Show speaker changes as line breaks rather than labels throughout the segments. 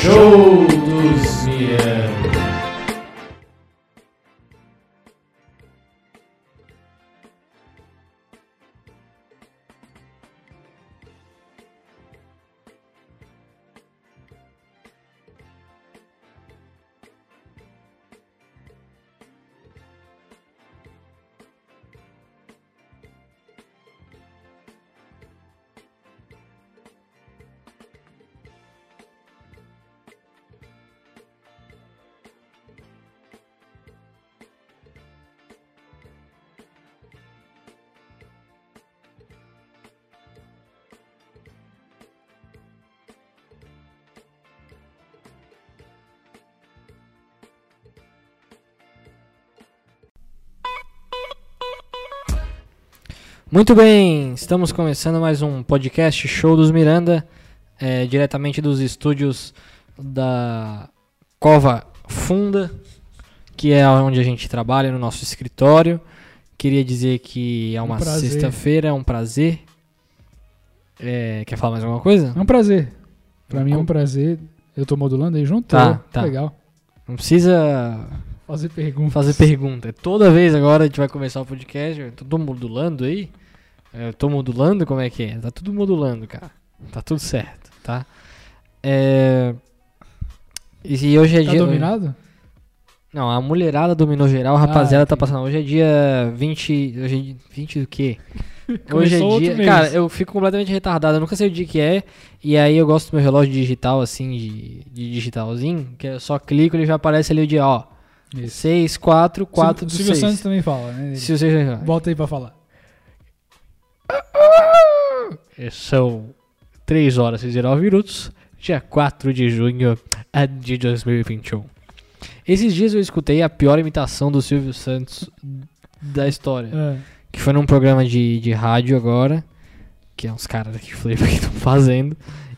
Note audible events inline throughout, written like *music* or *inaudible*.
Show dos Mianos.
Muito bem, estamos começando mais um podcast Show dos Miranda, eh, diretamente dos estúdios da Cova Funda, que é onde a gente trabalha no nosso escritório. Queria dizer que é uma
prazer.
sexta-feira, é um prazer. Eh, quer falar mais alguma coisa?
É um prazer. Pra mim é um prazer. Eu tô modulando aí junto?
Tá,
Eu-
tá.
Legal.
Não precisa
Fazer pergunta.
fazer pergunta. Toda vez agora a gente vai começar o podcast. Eu tô modulando aí. Eu tô modulando, como é que é? Tá tudo modulando, cara. Tá tudo certo, tá? É... E hoje é
Tá
dia.
dominado?
Não, a mulherada dominou geral, a
Ah,
rapaziada tá
entendi.
passando. Hoje é dia 20. Hoje é dia 20 do *laughs* quê? Hoje é
Começou outro
dia.
mês.
Cara, eu fico completamente retardado. Eu nunca sei o dia que é. E aí eu gosto do meu relógio digital, assim, de, de digitalzinho. Que eu só clico e ele já aparece ali o dia, ó.
Isso.
6, 4, 4
O
do
Silvio
6.
Santos também fala, né? Ele-
Silvio Santos.
Volta aí pra falar.
É, São 3 horas e 19 minutos, dia 4 de junho eh, de 2021. Esses dias eu escutei a pior imitação do Silvio Santos da história.
É.
Que foi num programa de, de rádio agora, que é uns caras *laughs* daqui de Floripa que estão fazendo.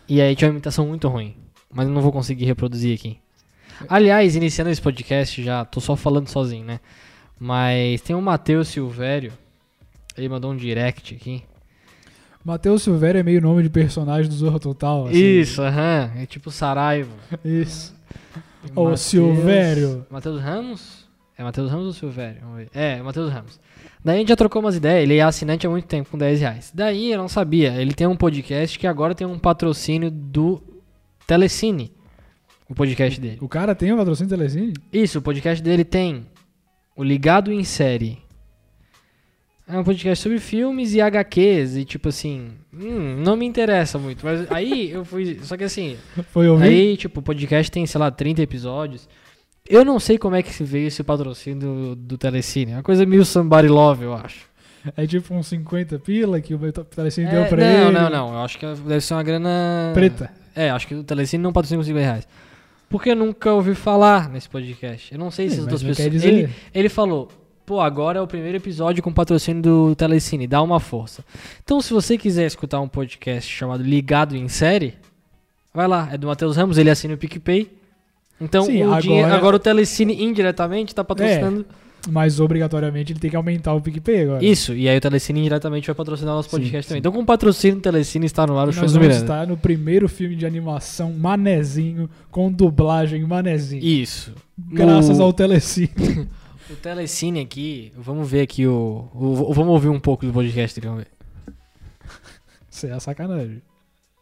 E aí tinha uma imitação muito ruim. Mas eu não vou conseguir reproduzir aqui. Aliás, iniciando esse podcast já, tô só falando sozinho, né? Mas tem o Matheus Silvério. Ele mandou um direct aqui.
Matheus Silvério é meio nome de personagem do Zorro Total. assim.
Isso, aham. É tipo Saraivo.
Isso. Ô,
Matheus-
Silvério.
Matheus Ramos? É Matheus Ramos ou Silvério? Vamos ver. É, Matheus Ramos. Daí a gente já trocou umas ideias. Ele é assinante há muito tempo, com 10 reais. Daí eu não sabia. Ele tem um podcast que agora tem um patrocínio do Telecine. O podcast dele.
O cara tem o patrocínio do Telecine? *laughs*
Isso, o podcast dele tem o Ligado em Série. É um podcast sobre filmes e HQs e tipo assim, hum, não me interessa muito, mas aí eu fui, só que assim,
Foi ouvir?
Aí, tipo, o podcast tem, sei lá, 30 episódios. Eu não sei como é que se veio esse patrocínio do, do Telecine. É uma coisa meio somebody love, eu acho.
É tipo uns 50 pila que o Telecine
É,
deu pra
não,
ele.
não, não. Eu acho que deve ser uma grana.
Preta.
É, acho que o Telecine não patrocina com 50 reais. Porque eu nunca ouvi falar nesse podcast. Eu não sei se
É,
as
mas
duas
não quer
pessoas.
dizer-
Ele, ele falou. Pô, agora é o primeiro episódio com patrocínio do Telecine, dá uma força. Então, se você quiser escutar um podcast chamado Ligado em Série, vai lá, é do Matheus Ramos, ele assina o PicPay. Então,
Sim,
o dinhe- agora...
agora-
o Telecine indiretamente tá patrocinando.
Mas obrigatoriamente ele tem que aumentar o PicPay agora.
Isso, e aí o Telecine indiretamente vai patrocinar o nosso
Sim,
podcast também.
sim.
Então, com o patrocínio do Telecine está no ar o
E
Show
nós
do
vamos
Miranda.
estar no primeiro filme de animação Manezinho, com dublagem Manezinho.
Isso.
graças
O-
ao Telecine. *laughs*
O Telecine aqui, vamos ver aqui o, o- Vamos ouvir um pouco do podcast dele, vamos ver.
Isso é a sacanagem.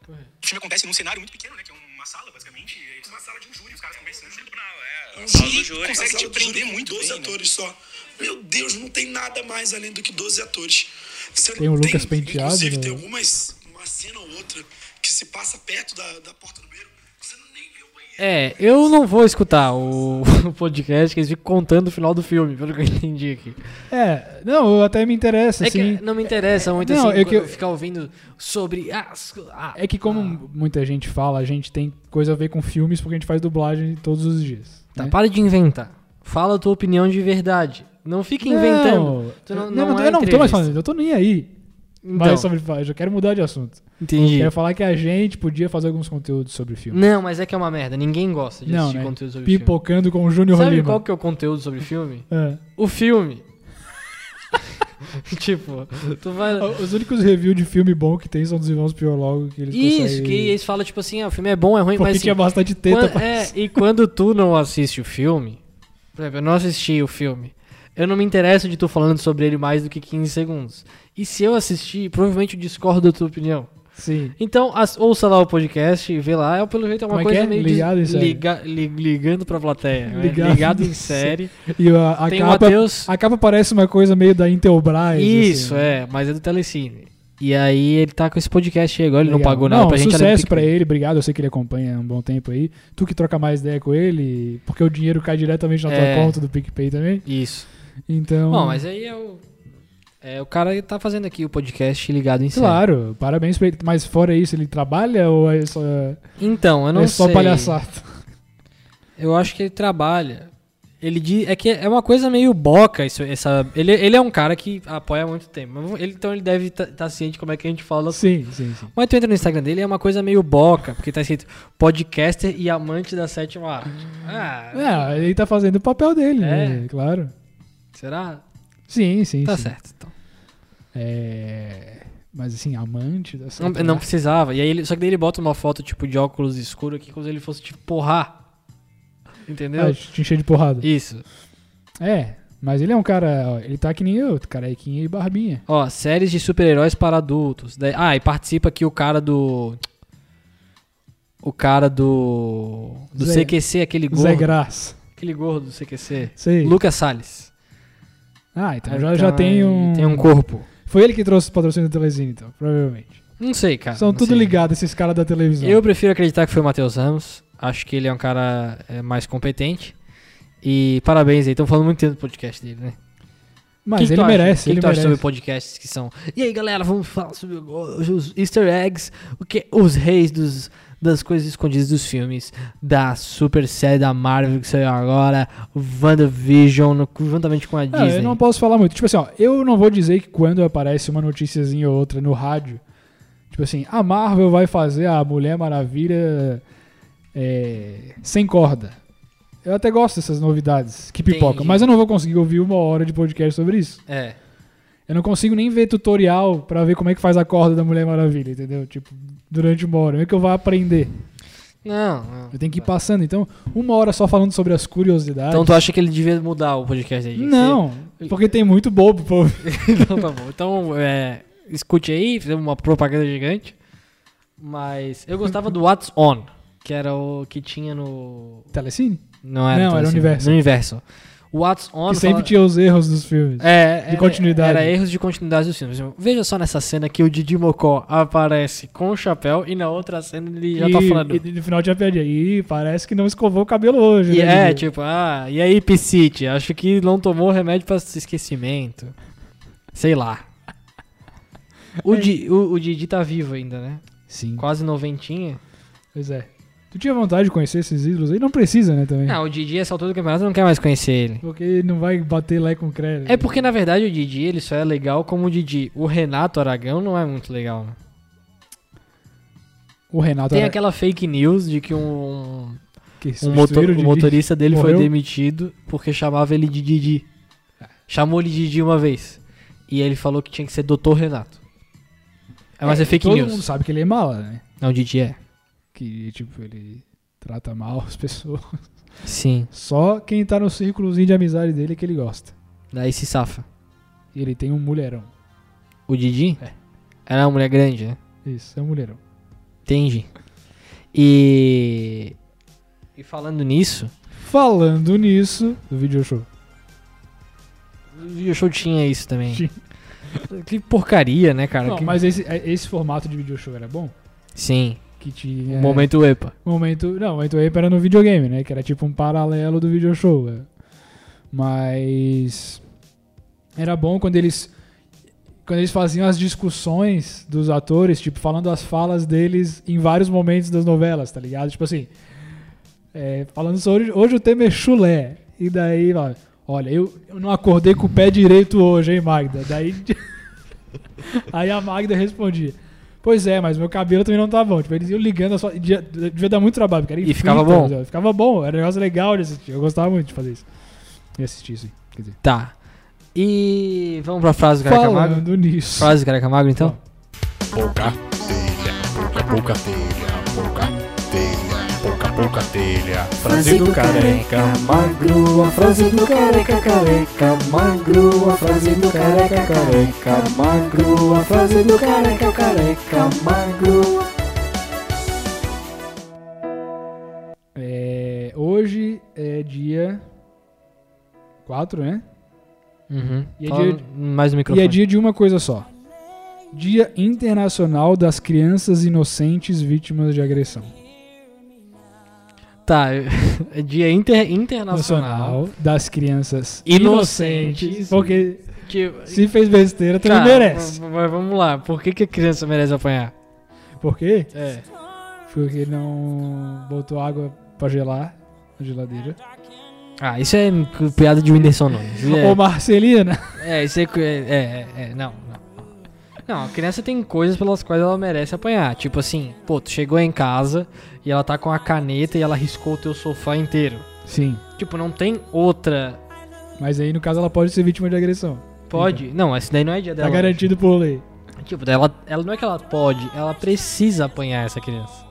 O filme acontece num cenário muito pequeno, né? Que é uma sala, basicamente. É uma sala de um júri, os caras conversando.
É,
E
Essa
consegue te
aula do
prender
júri com
muito
12
bem, né?
atores só. Meu Deus, não tem nada mais além do que 12 atores. Você
Tem o Lucas Penteado,
Inclusive,
né?
tem algumas, uma cena ou outra que se passa perto da, da porta do banheiro. Você não nem vê o
É,
banheiro.
eu não vou escutar o, *laughs* o podcast que eles ficam contando o final do filme, pelo que eu entendi aqui.
É, não, eu até me interessa,
É
assim.
que não me interessa muito
Não,
assim
é que
eu
eu-
ficar ouvindo sobre. as- ah,
É que como muita gente fala, a gente tem coisa a ver com filmes porque a gente faz dublagem todos os dias.
Tá,
né?
para de inventar. Fala a tua opinião de verdade. Não fica inventando. Tu não,
Não, não,
não é
eu não tô mais
entrevista.
falando, eu tô nem aí. Mas
Então,
sobre eu já quero mudar de assunto.
entendi.
Quero falar que a gente podia fazer alguns conteúdos sobre filme.
Não, mas é que é uma merda. Ninguém gosta de
Não,
assistir
né?
conteúdo sobre filme.
Pipocando com o Júnior
Sabe
Lima.
qual que é o conteúdo sobre filme?
É.
O filme.
*laughs*
*laughs* tipo, tu vai.
*laughs* Os únicos reviews de filme bom que tem são dos irmãos Piologo que eles
Isso,
conseguem...
que eles falam, tipo assim, ah, o filme é bom, é ruim,
Porque
mas. assim,
tinha bastante
Quan-
teta pra
é, e quando tu não assiste o filme, por exemplo, eu não assisti o filme, eu não me interesso de tu falando sobre ele mais do que 15 segundos. E se eu assistir, provavelmente eu discordo da tua opinião.
Sim.
Então, as- ouça lá o podcast e vê lá. É, pelo jeito é uma
Como é que
coisa
é?
meio
Ligado em série.
liga- li- ligando pra plateia. né?
Ligado
Ligado,
em
em série.
E a, a
Tem o
capa...
Matheus.
A capa parece uma coisa meio da Intelbras.
Isso,
assim.
é, mas é do Telecine. E aí ele tá com esse podcast aí agora, ele não
Legal.
pagou nada pra gente. além do
sucesso pra
PicPay.
ele, obrigado. Eu sei que ele acompanha há um bom tempo aí. Tu que troca mais ideia com ele, porque o dinheiro cai diretamente na
É.
tua conta do PicPay também.
Isso.
Então,
Bom, mas aí é o. É, o cara tá fazendo aqui o podcast ligado em série.
claro, parabéns pra ele. Mas fora isso, ele trabalha ou é só,
Então, eu não
é só
sei.
palhaçada?
Eu acho que ele trabalha. Ele diz, é que é uma coisa meio boca isso, essa. Ele, ele é um cara que apoia há muito tempo. mas Ele, então ele deve estar ciente de como é que a gente fala.
Sim, sim, sim.
Mas tu entra no Instagram dele é uma coisa meio boca, porque tá escrito podcaster e amante da sétima arte. Ah,
É, ele tá fazendo o papel dele, né?
É.
Claro.
será?
Sim, sim,
Tá
sim.
certo. Então.
É, Mas assim, amante dessa.
Não, não precisava. E aí ele, só que daí ele bota uma foto tipo de óculos escuro aqui como se ele fosse tipo porrar. Entendeu?
Ah, te encher de porrada.
Isso.
É, mas ele é um cara. ó, ele tá que nem eu, carequinha e barbinha.
Ó, séries de super-heróis para adultos. Daí- ah, e participa aqui o cara do. O cara do. Do
Zé-
CQC, aquele
Zé
gordo.
Graça.
Aquele gordo do CQC.
Sei.
Lucas Salles.
Ah, então
Ah,
já,
então
já tem
aí
um...
Tem um corpo.
Foi ele que trouxe o patrocínio da Telecine, então, provavelmente.
Não sei, cara.
São
Ah, não
tudo
sei.
ligados, né? esses caras da televisão.
Eu prefiro acreditar que foi o Matheus Ramos. Acho que ele é um cara é, mais competente. E parabéns aí. Estão falando muito tempo do podcast dele, né?
Mas
Que que
ele
tu acha?
merece,
Que
ele
que tu acha
merece.
sobre podcasts que são. E aí, galera, vamos falar sobre os os Easter eggs, o que os reis dos das coisas escondidas dos filmes da super série da Marvel que saiu agora, WandaVision, no- juntamente com a
Ah,
Disney.
eu não posso falar muito. Tipo assim, ó, eu não vou dizer que quando aparece uma noticiazinha ou outra no rádio, tipo assim, a Marvel vai fazer a Mulher Maravilha é, sem corda. Eu até gosto dessas novidades que
Entendi.
pipocam, mas eu não vou conseguir ouvir uma hora de podcast sobre isso.
É.
Eu não consigo nem ver tutorial pra ver como é que faz a corda da Mulher Maravilha, entendeu? Tipo, durante uma hora. Não é que eu vá aprender.
Não, não.
Eu tenho que ir passando. Então, uma hora só falando sobre as curiosidades.
Então tu acha que ele devia mudar o podcast aí?
Não, porque tem muito bobo, pô.
*laughs* então tá bom. Então, é, escute aí, fizemos uma propaganda gigante. Mas eu gostava do What's On, que era o que tinha no.
Telecine?
Não era,
Não,
no
era
Telecine,
Universo.
No universo. O What's On.
Que sempre
fala-
tinha os erros dos filmes.
É,
de
era-
continuidade.
Era erros de continuidade dos filmes. Veja só nessa cena que o Didi Mocó aparece com o chapéu e na outra cena ele já tá
E-
falando.
E no final tinha piadinha. Ih, parece que não escovou o cabelo hoje.
E
né,
é,
Didi?
tipo, ah, e aí, Piscite? Acho que não tomou remédio pra esquecimento. Sei lá. O, Di- o- o Didi tá vivo ainda, né?
Sim.
Quase noventinha.
Pois é. Tu tinha vontade de conhecer esses ídolos aí? Não precisa, né, também.
Não, Ah, o Didi, essa altura do campeonato, não quer mais conhecer ele.
Porque não vai bater lá com crédito.
É porque, na verdade, o Didi, ele só é legal como o Didi. O Renato Aragão não é muito legal, né?
O Renato
Tem
era...
aquela fake news de que um,
que
um
substituíram
motor-
o
o
Didi.
motorista dele
Morreu?
foi demitido porque chamava ele de Didi. Chamou ele de Didi uma vez. E ele falou que tinha que ser Dr. Renato. É, mas é, fake
Todo
news.
mundo sabe que ele é mala, né?
Não, Didi é.
Que, tipo, ele trata mal as pessoas.
Sim.
Só quem tá no círculozinho de amizade dele é que ele gosta.
Daí se safa.
E ele tem um mulherão.
O Didi? É. Ela é uma mulher grande, né?
Isso, é um mulherão.
Entendi. E. E falando nisso,
Falando nisso, do video show.
o show tinha isso também.
Tinha.
Que porcaria, né, cara?
Não,
Que-
mas esse, é, esse formato de video show era bom?
Sim.
Que tinha.
Momento EPA.
Momento. Não, momento aí era no videogame, né? Que era tipo um paralelo do video show. é. Mas. Era bom quando eles. Quando eles faziam as discussões dos atores, tipo, falando as falas deles em vários momentos das novelas, tá ligado? Tipo assim. é, falando sobre. Hoje o tema é chulé. E daí, *laughs* ó, olha, eu, eu não acordei com o pé direito hoje, hein, Magda? Daí. Aí a Magda respondia. Pois é, mas meu cabelo também não tá bom. Tipo, eles iam ligando, a sua... devia, devia dar muito trabalho. Porque era em
E ficava
fita,
bom.
mas, ó, Ficava bom, era um negócio legal de assistir. Eu gostava muito de fazer isso. E assistir isso, aí, quer dizer.
Tá. E vamos pra frase do Careca Magro?
Falando nisso.
Frase do Careca Magro, então?
Pouca telha, pouca, pouca telha, pouca telha, pouca, pouca telha.
Frase do careca magro, a frase do careca careca magro, a frase do careca careca magro, a frase do careca careca magro.
É, hoje é dia 4, né?
Uhum.
E é
Fala
dia-
mais no
E
microfone.
é dia de uma coisa só. Dia Internacional das Crianças Inocentes Vítimas de Agressão.
Tá, *laughs* é dia inter- internacional.
Nacional das Crianças
Inocentes.
Porque
Que,
se fez besteira, também
Cara,
merece.
v- Mas vamos lá, por que, que a criança merece apanhar?
Por quê?
É.
Porque não botou água pra gelar na geladeira.
Ah, isso é piada de Whindersson Nunes. Isso
Ô Marcelina,
É, é, isso aí que- é, é, é, é, não, não. Não, a criança tem coisas pelas quais ela merece apanhar. Tipo assim, pô, tu chegou em casa e ela tá com a caneta e ela riscou o teu sofá inteiro.
sim.
Tipo, não tem outra.
Mas aí no caso ela pode ser vítima de agressão.
Pode. Não, esse daí não é dia
Tá
dela.
garantido por lei.
Tipo, ela, ela não é que ela pode, ela precisa apanhar essa criança.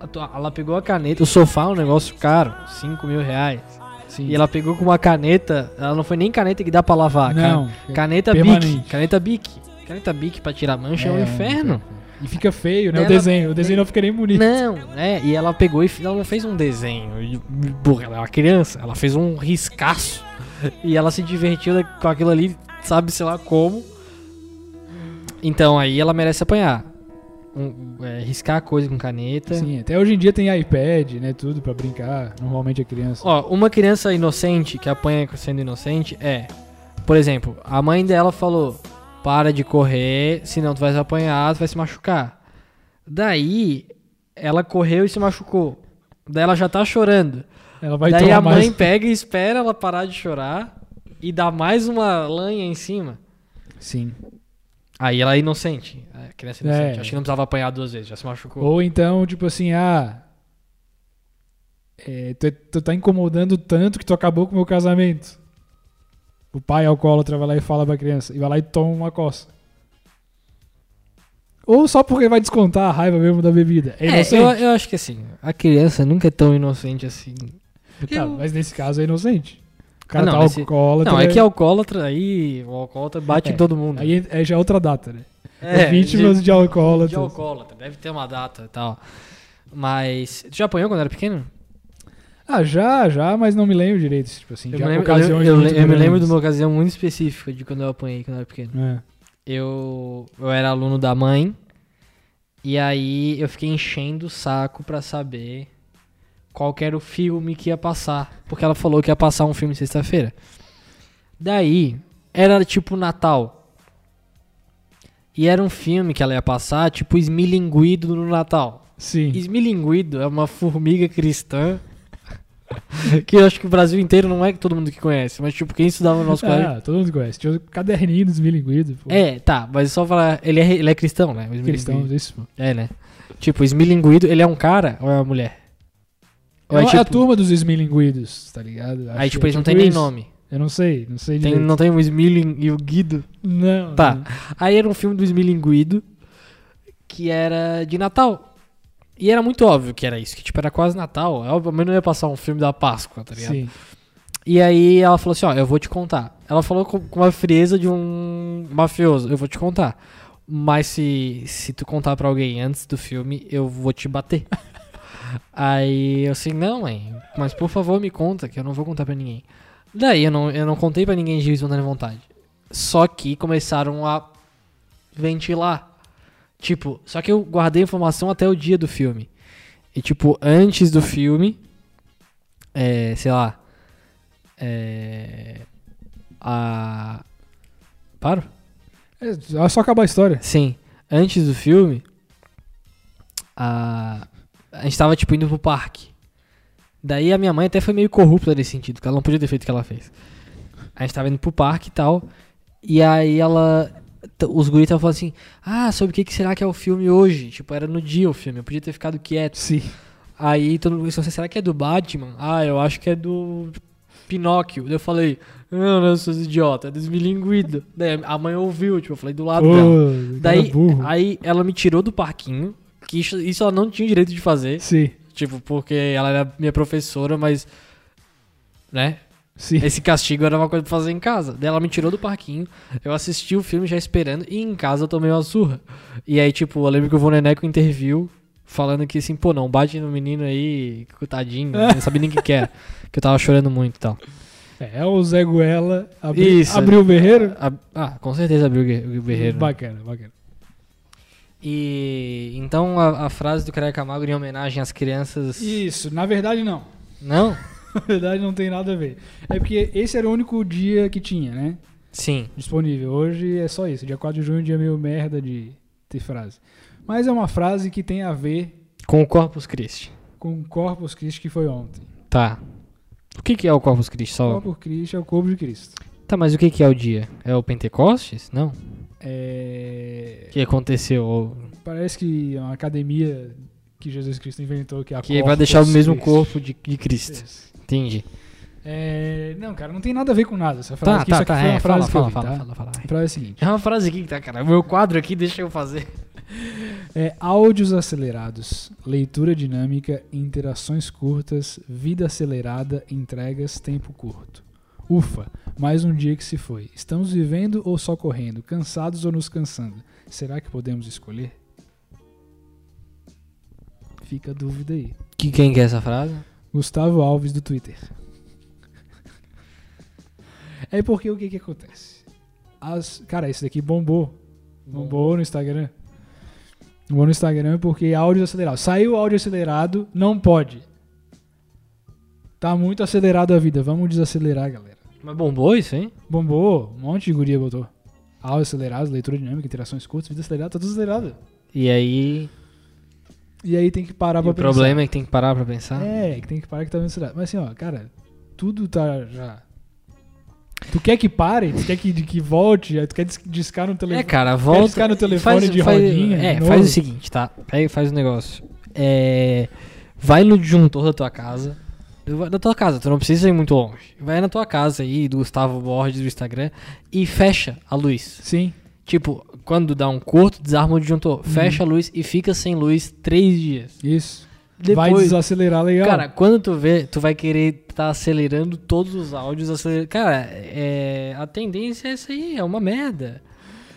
A tua- Ela pegou a caneta, o sofá é um negócio caro, 5 mil reais.
Sim.
E ela pegou com uma caneta, ela não foi nem caneta que dá pra lavar, cara.
Não. é
Caneta
Permanente.
Bic. Caneta Bic. Caneta Bic pra tirar mancha é, um
É,
inferno.
E fica feio, né?
Ela-
O desenho. O desenho não fica nem bonito.
Não, é. E ela pegou e fe- ela não fez um desenho. E, Porra, ela é uma criança. Ela fez um riscaço. E ela se divertiu da- com aquilo ali, sabe, sei lá como. Então aí ela merece apanhar. Um- é, riscar a coisa com caneta.
Sim, até hoje em dia tem iPad, né? Tudo pra brincar. Normalmente a criança.
Ó, uma criança inocente que apanha sendo inocente é, por exemplo, a mãe dela falou: para de correr, senão tu vai se apanhar, tu vai se machucar. Daí, ela correu e se machucou. Daí ela já tá chorando.
ela vai
Daí
tomar
a mãe
mais.
pega e espera ela parar de chorar e dá mais uma lanha em cima.
Sim.
Aí ela é inocente. A criança é inocente.
É.
Acho que não precisava apanhar duas vezes, já se machucou.
Ou então, tipo assim, ah. é, tu, tu tá incomodando tanto que tu acabou com o meu casamento. O pai alcoólatra vai lá e fala pra criança. E vai lá e toma uma coça. Ou só porque vai descontar a raiva mesmo da bebida. É
É,
inocente.
eu, eu acho que assim, a criança nunca é tão inocente assim.
Tá,
Eu-
mas nesse caso é inocente. O cara
Ah, não,
tá
nesse-
alcoólatra.
Não, é que
né?
alcoólatra aí, o alcoólatra bate
É,
em todo mundo.
Aí é, já é outra data, né?
É,
É, vítimas de, alcoólatras.
de alcoólatra, deve ter uma data e tal. Mas tu já apanhou quando era pequeno?
Ah, já, já, mas não me lembro direito. Tipo assim,
Eu,
já
me lembro, eu lembro-
ocasiões
eu
muito
le- eu me lembro de
grandes.
uma ocasião muito específica de quando eu apanhei quando eu era pequeno.
É.
Eu, eu era aluno da mãe e aí eu fiquei enchendo o saco pra saber qual que era o filme que ia passar, porque ela falou que ia passar um filme sexta-feira. Daí era tipo Natal. E era um filme que ela ia passar, tipo Esmilinguido no Natal.
Sim.
Esmilinguido é uma formiga cristã *laughs* que eu acho que o Brasil inteiro não é todo mundo que conhece, mas tipo quem estudava no nosso colégio
Ah, todo mundo conhece. Tinha o caderninho dos milinguidos, pô.
é, tá, mas só falar. Ele é, ele é cristão, né? O
Tipo, Cristão,
esmilinguido.
isso, pô.
É, né? Tipo, o esmilinguido, ele é um cara ou é uma mulher? Ou
É,
é,
a- é a
tipo.
turma dos esmilinguidos, tá ligado? Acho
Aí,
que
tipo,
é
eles não tem nem
isso. é
nome.
Eu não sei, não sei
Tem,
direito.
não tem o Smiling e o Guido.
Não.
Tá.
não.
Aí era um filme do Esmilinguido que era de Natal. E era muito óbvio que era isso, que tipo, era quase Natal. É óbvio, mas não ia passar um filme da Páscoa, tá ligado?
Sim.
E aí ela falou assim, ó, eu vou te contar. Ela falou com, com uma frieza de um mafioso, eu vou te contar. Mas se, se tu contar pra alguém antes do filme, eu vou te bater. *laughs* aí eu assim, não, mãe, mas por favor me conta, que eu não vou contar pra ninguém. Daí eu não, eu não contei pra ninguém de espontânea vontade. Só que começaram a ventilar. Tipo, só que eu guardei a informação até o dia do filme. E tipo, antes do filme, é, sei lá, é. A. Paro?
É só acabar a história.
Sim. Antes do filme. A. A gente tava, tipo, indo pro parque. Daí a minha mãe até foi meio corrupta nesse sentido, que ela não podia ter feito o que ela fez. A gente tava indo pro parque e tal. E aí ela. t- os guris estavam falando assim, ah, sobre o que, que será que é o filme hoje? Tipo, era no dia o filme, eu podia ter ficado quieto.
Sim.
Aí todo mundo pensou assim, será que é do Batman? Ah, eu acho que é do Pinóquio. Daí eu falei, não, não, seus idiota, é dos milinguidos. Daí a mãe ouviu, tipo, eu falei do lado dela.
Ô,
Daí,
cara é burro.
aí ela me tirou do parquinho, que isso, isso ela não tinha o direito de fazer,
Sim,
tipo, porque ela era minha professora, mas, né,
sim.
esse castigo era uma coisa pra fazer em casa. Daí ela me tirou do parquinho, eu assisti o filme já esperando, e em casa eu tomei uma surra. E aí, tipo, eu lembro que o Von Eneco interviu, falando que assim, pô, não, bate no menino aí,
*laughs*
coitadinho, não sabia nem o que que era, que eu tava chorando muito e tal.
É o Zé Goela abri,
Isso.
abriu o berreiro.
Ah, ah, com certeza abriu o guer- o berreiro. né?
Bacana, bacana.
E então a, a frase do Careca Magro em homenagem às crianças.
Isso, na verdade não.
Não?
*laughs* Na verdade não tem nada a ver. É porque esse era o único dia que tinha, né?
Sim.
Disponível. Hoje é só isso. Dia 4 de junho é um dia meio merda de ter frase. Mas é uma frase que tem a ver
Com o Corpus Christi.
com o Corpus Christi que foi ontem.
Tá. O que, que é o Corpus Christi? Só...
Corpus Christi é o corpo de Cristo.
Tá, mas o que, que é o dia? É o Pentecostes? Não?
É...
O que aconteceu? Ou-
Parece que é uma academia que Jesus Cristo inventou que é a
Que vai deixar o
Corpus
mesmo
Christi.
corpo de, de Cristo.
Isso.
Entendi.
É, não, cara, não tem nada a ver com nada essa frase.
Tá,
que isso
tá, tá.
aqui foi uma
É,
frase
fala, fala,
que eu
fala,
vi, tá?
fala, fala.
A frase é a seguinte:
É uma frase aqui que tá, cara. Meu quadro aqui, deixa eu fazer.
é, áudios acelerados, leitura dinâmica, interações curtas, vida acelerada, entregas, tempo curto. Ufa, mais um dia que se foi. Estamos vivendo ou só correndo? Cansados ou nos cansando? Será que podemos escolher? Fica a dúvida aí.
Que, quem que é essa frase?
Gustavo Alves do Twitter. *laughs* É porque o que que acontece? As, cara, isso daqui bombou. Bombou no Instagram. Bombou no Instagram porque áudio acelerado. Saiu áudio acelerado, não pode. Tá muito acelerado a vida. Vamos desacelerar, galera.
Mas bombou isso, hein?
Bombou, um monte de guria botou. Áudio acelerado, leitura dinâmica, interações curtas, vida acelerada, tá tudo acelerado.
E aí.
E aí tem que parar pra
o
pensar.
problema é que tem que parar pra pensar.
É, que tem que parar que tá vendo cidade. Mas assim, ó, cara, tudo tá já. Tu quer que pare? Tu quer que, que volte? Aí Tu quer dis- discar no
É,
telefone?
cara, volta.
ficar no telefone de rodinha,
É,
de novo?
faz o seguinte, tá? Pega e faz o negócio. É, vai no disjuntor da tua casa. Da tua casa, tu não precisa ir muito longe. Vai na tua casa aí, do Gustavo Borges, do Instagram, e fecha a luz.
Sim.
Tipo, quando dá um curto, desarma o
Uhum.
disjuntor. Fecha a luz e fica sem luz três dias.
Isso. Vai
Depois,
desacelerar legal.
cara, quando tu vê, tu vai querer tá acelerando todos os áudios. Aceler... Cara, é, a tendência é isso aí, é uma merda.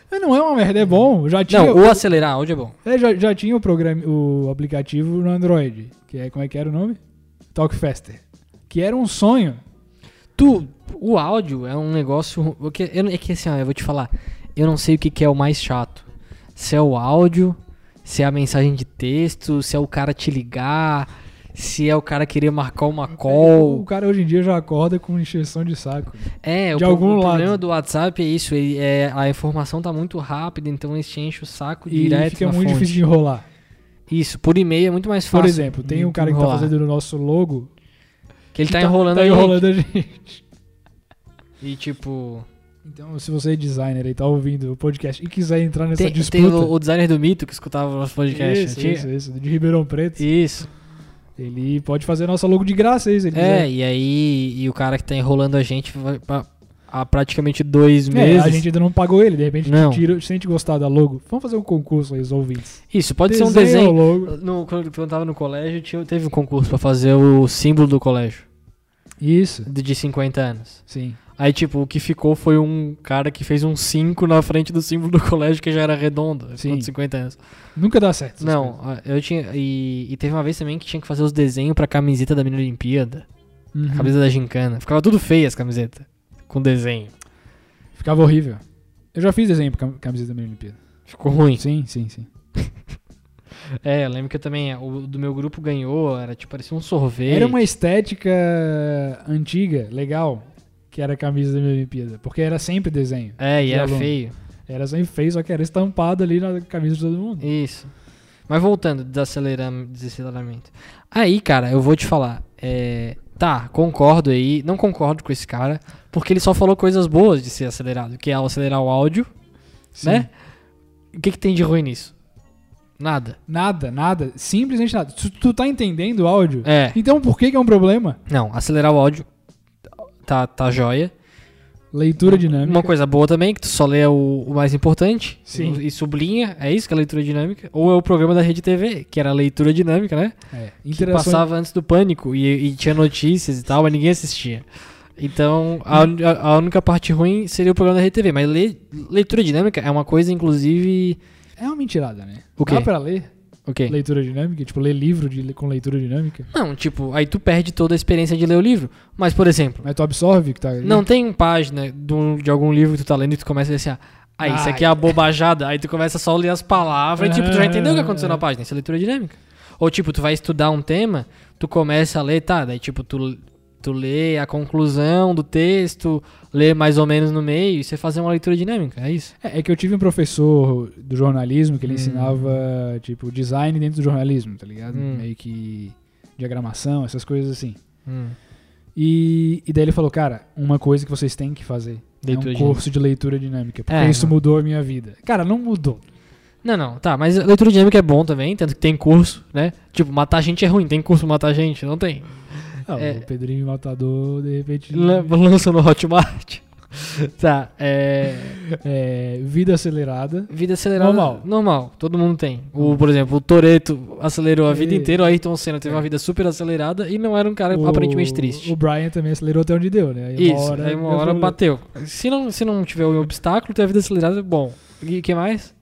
É, não é uma merda, é bom. Já tinha,
Não, ou acelerar áudio é bom.
é, já, já tinha o, programa, o aplicativo no Android, que é como é que era o nome? Talk Faster. Que era um sonho.
Tu, o áudio é um negócio. o que- eu- é que assim, ó, eu vou te falar. Eu não sei o que, que é o mais chato. Se é o áudio, se é a mensagem de texto, se é o cara te ligar, se é o cara querer marcar uma
O
call.
cara hoje em dia já acorda com encheção de saco.
É, o,
de
pro-
algum
o problema
lado.
do WhatsApp é isso. ele- é, a informação tá muito rápida, então eles te enchem o saco
E
direto.
fica
na
muito
fonte.
difícil de enrolar.
Isso, por e-mail é muito mais
Por
fácil.
exemplo, tem um cara que tá
enrolar.
fazendo o nosso logo.
Que ele
que
tá, enrolando
tá
aí.
enrolando a gente.
E tipo.
Então, se você é designer e tá ouvindo o podcast e quiser entrar nessa
Tem, tem
disputa,
o, o designer do mito que escutava o nosso podcast.
isso,
tinha-
isso, isso, de Ribeirão Preto,
isso.
ele pode fazer nossa logo de graça aí, se ele
É,
quiser.
e aí e o cara que tá enrolando a gente vai pra- há praticamente dois
É,
meses.
a gente ainda não pagou ele, de repente
Não.
tira, se a gente gostar da logo, vamos fazer um concurso aí, os ouvintes.
Isso, pode ser um
Desenha
desenho.
o logo.
No, quando quando eu tava no colégio, tinha, teve um concurso pra fazer o símbolo do colégio,
Isso,
de, de 50 anos.
sim.
Aí, tipo, o que ficou foi um cara que fez um 5 na frente do símbolo do colégio, que já era redondo, ficou
Sim.
de 50 anos.
Nunca dá certo. essas
Não, a- eu tinha. E, e teve uma vez também que tinha que fazer os desenhos pra camiseta da Mini Olimpíada,
coisas. Uhum.
camisa da Gincana. Ficava tudo feia as camisetas, com desenho.
Ficava horrível. Eu já fiz desenho pra cam- camiseta da minha Olimpíada.
Ficou ruim.
Sim, sim, sim.
É, eu lembro que eu também, o do meu grupo ganhou, era tipo, parecia um sorvete.
Era uma estética antiga, legal, que era a camisa da minha Olimpíada, porque era sempre desenho.
É, e
de
era
aluno.
feio.
Era sem feio, só que era estampado ali na camisa de todo mundo.
Isso. Mas voltando, desaceleram- desaceleramento. Aí, cara, eu vou te falar. é, tá, concordo aí. Não concordo com esse cara, porque ele só falou coisas boas de ser acelerado, que é acelerar o áudio, né? O que, que tem de ruim nisso? Nada.
Nada, nada. Simplesmente nada. Tu, tu tá entendendo o áudio?
É.
Então por que, que é um problema?
Não, acelerar o áudio tá, tá joia.
Leitura dinâmica.
Uma coisa boa também, que tu só lê o, o mais importante
Sim.
e sublinha, é isso que é leitura dinâmica. Ou é o programa da Rede TV, que era a leitura dinâmica, né?
É.
Que
Interação.
passava antes do pânico e, e tinha notícias e tal, mas ninguém assistia. Então, a, un- a- a única parte ruim seria o programa da Rede TV. Mas le- leitura dinâmica é uma coisa, inclusive.
É uma mentirada, né?
O quê?
Dá pra ler
O quê?
leitura dinâmica? Tipo, ler livro de- com leitura dinâmica?
Não, tipo, aí tu perde toda a experiência de ler o livro. Mas, por exemplo,
Mas tu absorve que tá ali?
não tem página de, um- de algum livro que tu tá lendo e tu começa a dizer assim, ah, ah, isso
Ah,
aqui é a bobajada. Aí tu começa só a ler as palavras e, tipo, tu já entendeu o que aconteceu na página. Isso é leitura dinâmica. Ou, tipo, tu vai estudar um tema, tu começa a ler, tá, daí, tipo, tu, tu lê a conclusão do texto, lê mais ou menos no meio, e você fazer uma leitura dinâmica, é isso.
É, é que eu tive um professor do jornalismo que
Hum.
ele ensinava, tipo, design dentro do jornalismo, tá ligado?
Hum.
Meio que diagramação, essas coisas assim. E, e daí ele falou, cara, uma coisa que vocês têm que fazer
Leitura
é um
dinâmica.
curso de leitura dinâmica, porque
É,
isso
não.
mudou a minha vida. Cara, não mudou.
Não, não, tá, mas leitura dinâmica é bom também, tanto que tem curso, né? Tipo, matar gente é ruim, tem curso pra matar gente? Não tem.
Ah,
É.
O Pedrinho Matador, de repente,
Lan- Lança no Hotmart. *laughs* tá, é...
é, vida acelerada.
Vida acelerada.
Normal.
Normal, todo mundo tem. O, por exemplo, o Toreto acelerou a vida
E-
inteira, o Ayrton Senna teve uma vida super acelerada e não era um cara
O-
aparentemente triste.
O Brian também acelerou até onde deu, né? Aí
Isso, aí uma hora
eu-
bateu. Se não, se não tiver um obstáculo, ter a vida acelerada é bom. E o que mais?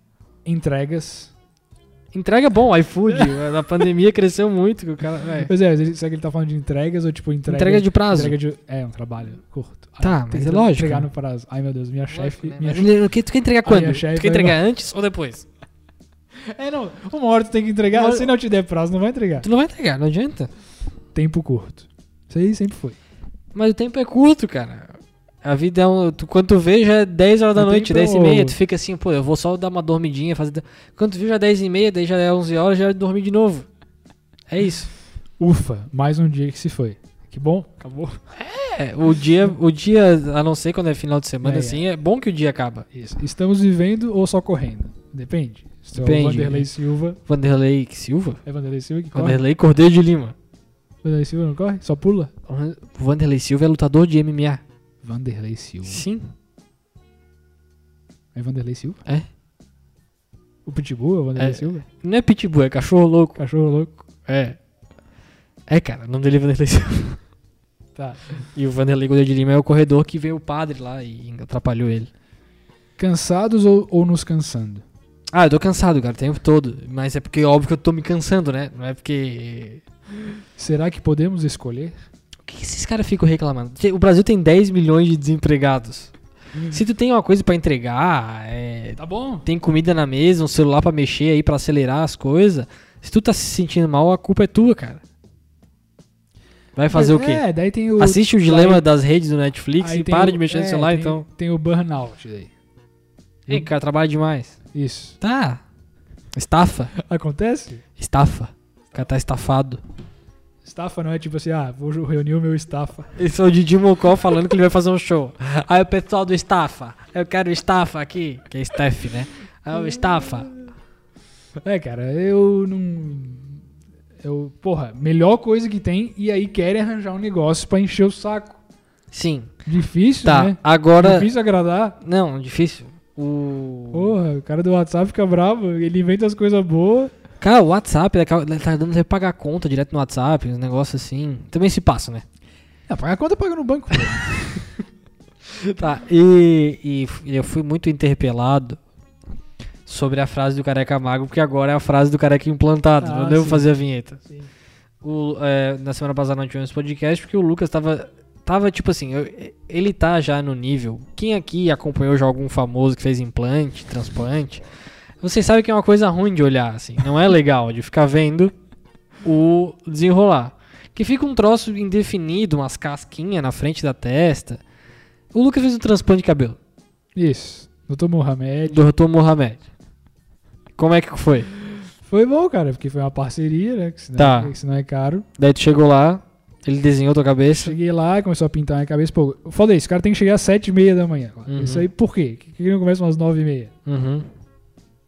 Entregas.
Entrega é bom,
*laughs*
iFood. na pandemia cresceu muito. que o cara, véi.
Pois é, mas ele- será que ele tá falando de entregas ou tipo entrega,
Entrega de prazo.
entrega de- É, um trabalho curto. Ai,
Tá,
tem
mas
que
é lógico,
Entregar
né?
no prazo. Ai meu Deus, minha chefe.
Né?
minha
Mas ele- o que- Tu quer entregar quando?
minha
Tu
chefe
quer
vai
entregar antes ou depois?
chefe- É, não. Uma hora tu tem que entregar.
Uma-
Se não te der prazo, não vai entregar.
Tu não vai entregar, não adianta.
Tempo curto. Isso aí sempre foi.
Mas o tempo é curto, cara. A vida é um. Tu, quando tu vê, já é 10 horas da
O
noite,
tempo é
10 e meia,
o-
tu fica assim, pô, eu vou só dar uma dormidinha, fazer. Quando tu vê, já é 10 e meia, daí já é 11 horas, já é dormir de novo. É isso.
Ufa, mais um dia que se foi. Que bom. Acabou.
É, o dia, o dia, a não ser quando é final de semana,
É,
assim, é. bom que o dia acaba.
Isso. Estamos vivendo ou só correndo? Depende. Se é o
Depende.
Vanderlei Silva.
Vanderlei Silva?
É Vanderlei Silva que corre?
Vanderlei Cordeiro de Lima.
Vanderlei Silva não corre? Só pula?
O Vanderlei Silva é lutador de MMA.
Vanderlei Silva.
Sim.
É Vanderlei Silva?
É.
O Pitbull é o Vanderlei
É.
Silva?
Não é pitbull, é cachorro louco.
Cachorro louco.
É. É, cara, o nome dele é Vanderlei Silva.
*laughs* Tá.
E o Vanderlei Cordeiro de Lima é o corredor que veio o padre lá e atrapalhou ele.
Cansados ou, ou nos cansando?
Ah, eu tô cansado, cara, o tempo todo. Mas é porque, óbvio que eu tô me cansando, né? Não é porque.
Será que podemos escolher?
O que que esses caras ficam reclamando? Te- O Brasil tem 10 milhões de desempregados.
Hum.
Se tu tem uma coisa pra entregar, é,
Tá bom.
tem comida na mesa, um celular pra mexer aí pra acelerar as coisas. Se tu tá se sentindo mal, a culpa é tua, cara. Vai fazer o quê?
É, daí tem o.
Assiste o dilema
aí-
das redes do Netflix
aí
e
tem
para
o-
de mexer no
é,
celular,
tem-
então.
Tem o burnout daí.
Ei, cara, trabalha demais.
Isso.
Tá. Estafa.
Acontece?
Estafa. O cara tá estafado.
Estafa não é tipo assim, ah, vou reunir o meu estafa.
Esse é o Didi Mocó falando que ele vai fazer um show. Aí o pessoal do Estafa, eu quero o Estafa aqui, que é Steph, né? Aí o Estafa.
É, cara, eu não. Eu, porra, melhor coisa que tem, e aí querem arranjar um negócio pra encher o saco.
Sim.
Difícil,
Tá,
né?
agora.
Difícil agradar.
Não, difícil. O.
Porra, o cara do WhatsApp fica bravo, ele inventa as coisas boas.
Cara, o WhatsApp, ele acaba- ele tá dando pra pagar a conta direto no WhatsApp, uns negócios assim. Também se passa, né?
Ah, paga a conta, paga no banco.
Tá, e, e f- eu fui muito interpelado sobre a frase do careca magro, porque agora é a frase do careca implantado.
Ah,
não devo
sim.
fazer a vinheta.
Sim.
O, é, na semana passada não tivemos podcast, porque o Lucas tava. Tava tipo assim, eu- ele tá já no nível. Quem aqui acompanhou já algum famoso que fez implante, transplante? Vocês sabem que é uma coisa ruim de olhar, assim. Não é legal de ficar vendo o desenrolar. Que fica um troço indefinido, umas casquinhas na frente da testa. O Lucas fez um transplante de cabelo
*laughs* Isso. Doutor Mohamed.
do Dr. Mohamed. Como é que foi?
Foi bom, cara, porque foi uma parceria, né? Que senão,
Tá.
que senão é caro.
Daí tu chegou lá, ele desenhou tua cabeça.
Cheguei lá, começou a pintar minha cabeça. Pô, eu falei, esse cara tem que chegar às sete e meia da manhã.
Uhum.
Isso aí, por quê? Por que que ele não começa umas nove e meia?
Uhum.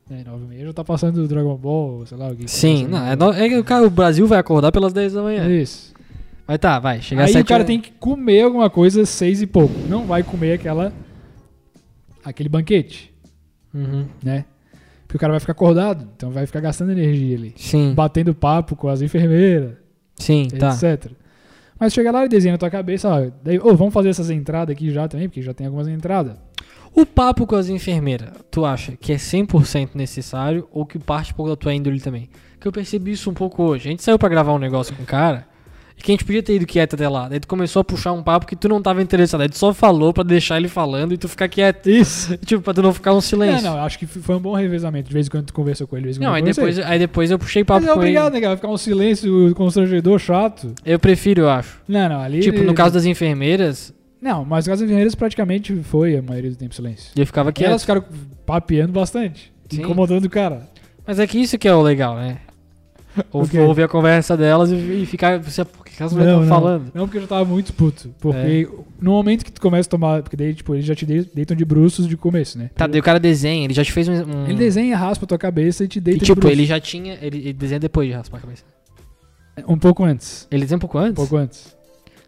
Né, nove e meia já tá passando o Dragon Ball, sei lá, o que que tá
Sim,
passando.
não, é, no- é que o, cara, o Brasil vai acordar pelas 10 da manhã.
Isso.
Mas tá, vai, chegar às
Aí o
7
cara
horas.
tem que comer alguma coisa às seis e pouco. Não vai comer aquela. aquele banquete,
Uhum.
né? Porque o cara vai ficar acordado, então vai ficar gastando energia ali.
Sim,
Batendo papo com as enfermeiras,
sim, Hum. tá.
etc. Mas chega lá e desenha na tua cabeça, ó, daí, ô, vamos fazer essas entradas aqui já também, porque já tem algumas entradas.
O papo com as enfermeiras, tu acha que é 100% necessário ou que parte um pouco da tua índole também? Que eu percebi isso um pouco hoje. A gente saiu pra gravar um negócio com o cara e que a gente podia ter ido quieto até lá. Daí tu começou a puxar um papo que tu não tava interessado. Aí tu só falou pra deixar ele falando e tu ficar quieto.
Isso.
Tipo, pra tu não ficar um
É,
silêncio.
não, acho que f- foi um bom revezamento. De vez em quando tu conversou com ele, de vez em quando
Não, aí
eu conversei.
depois, aí depois eu puxei papo
Mas é
com
obrigado,
ele.
né, cara? Vai ficar um silêncio constrangedor, chato.
Eu prefiro, eu acho.
Não, não, ali...
Tipo, no caso das enfermeiras,
Não, mas no caso das engenheiras praticamente foi a maioria do tempo silêncio.
eu ficava
Que
quieto.
elas ficaram papeando bastante,
É. Sim.
incomodando o cara.
Mas é que isso que é o legal, *laughs* né? Ou
quê?
ouvir a conversa delas e, e ficar. Você, por que que elas estão falando?
Não, porque eu já tava muito puto. Porque
É.
no momento que tu começa a tomar... Porque daí, tipo, eles já te de- deitam de bruços de começo, né?
Tá, daí o cara desenha, ele já te fez um. um-
Ele desenha, raspa a tua cabeça e te deita
E,
de
tipo,
bruços.
ele já tinha. Ele, ele desenha depois de raspar a cabeça.
Um pouco antes.
Ele desenha um pouco antes?
Um pouco antes.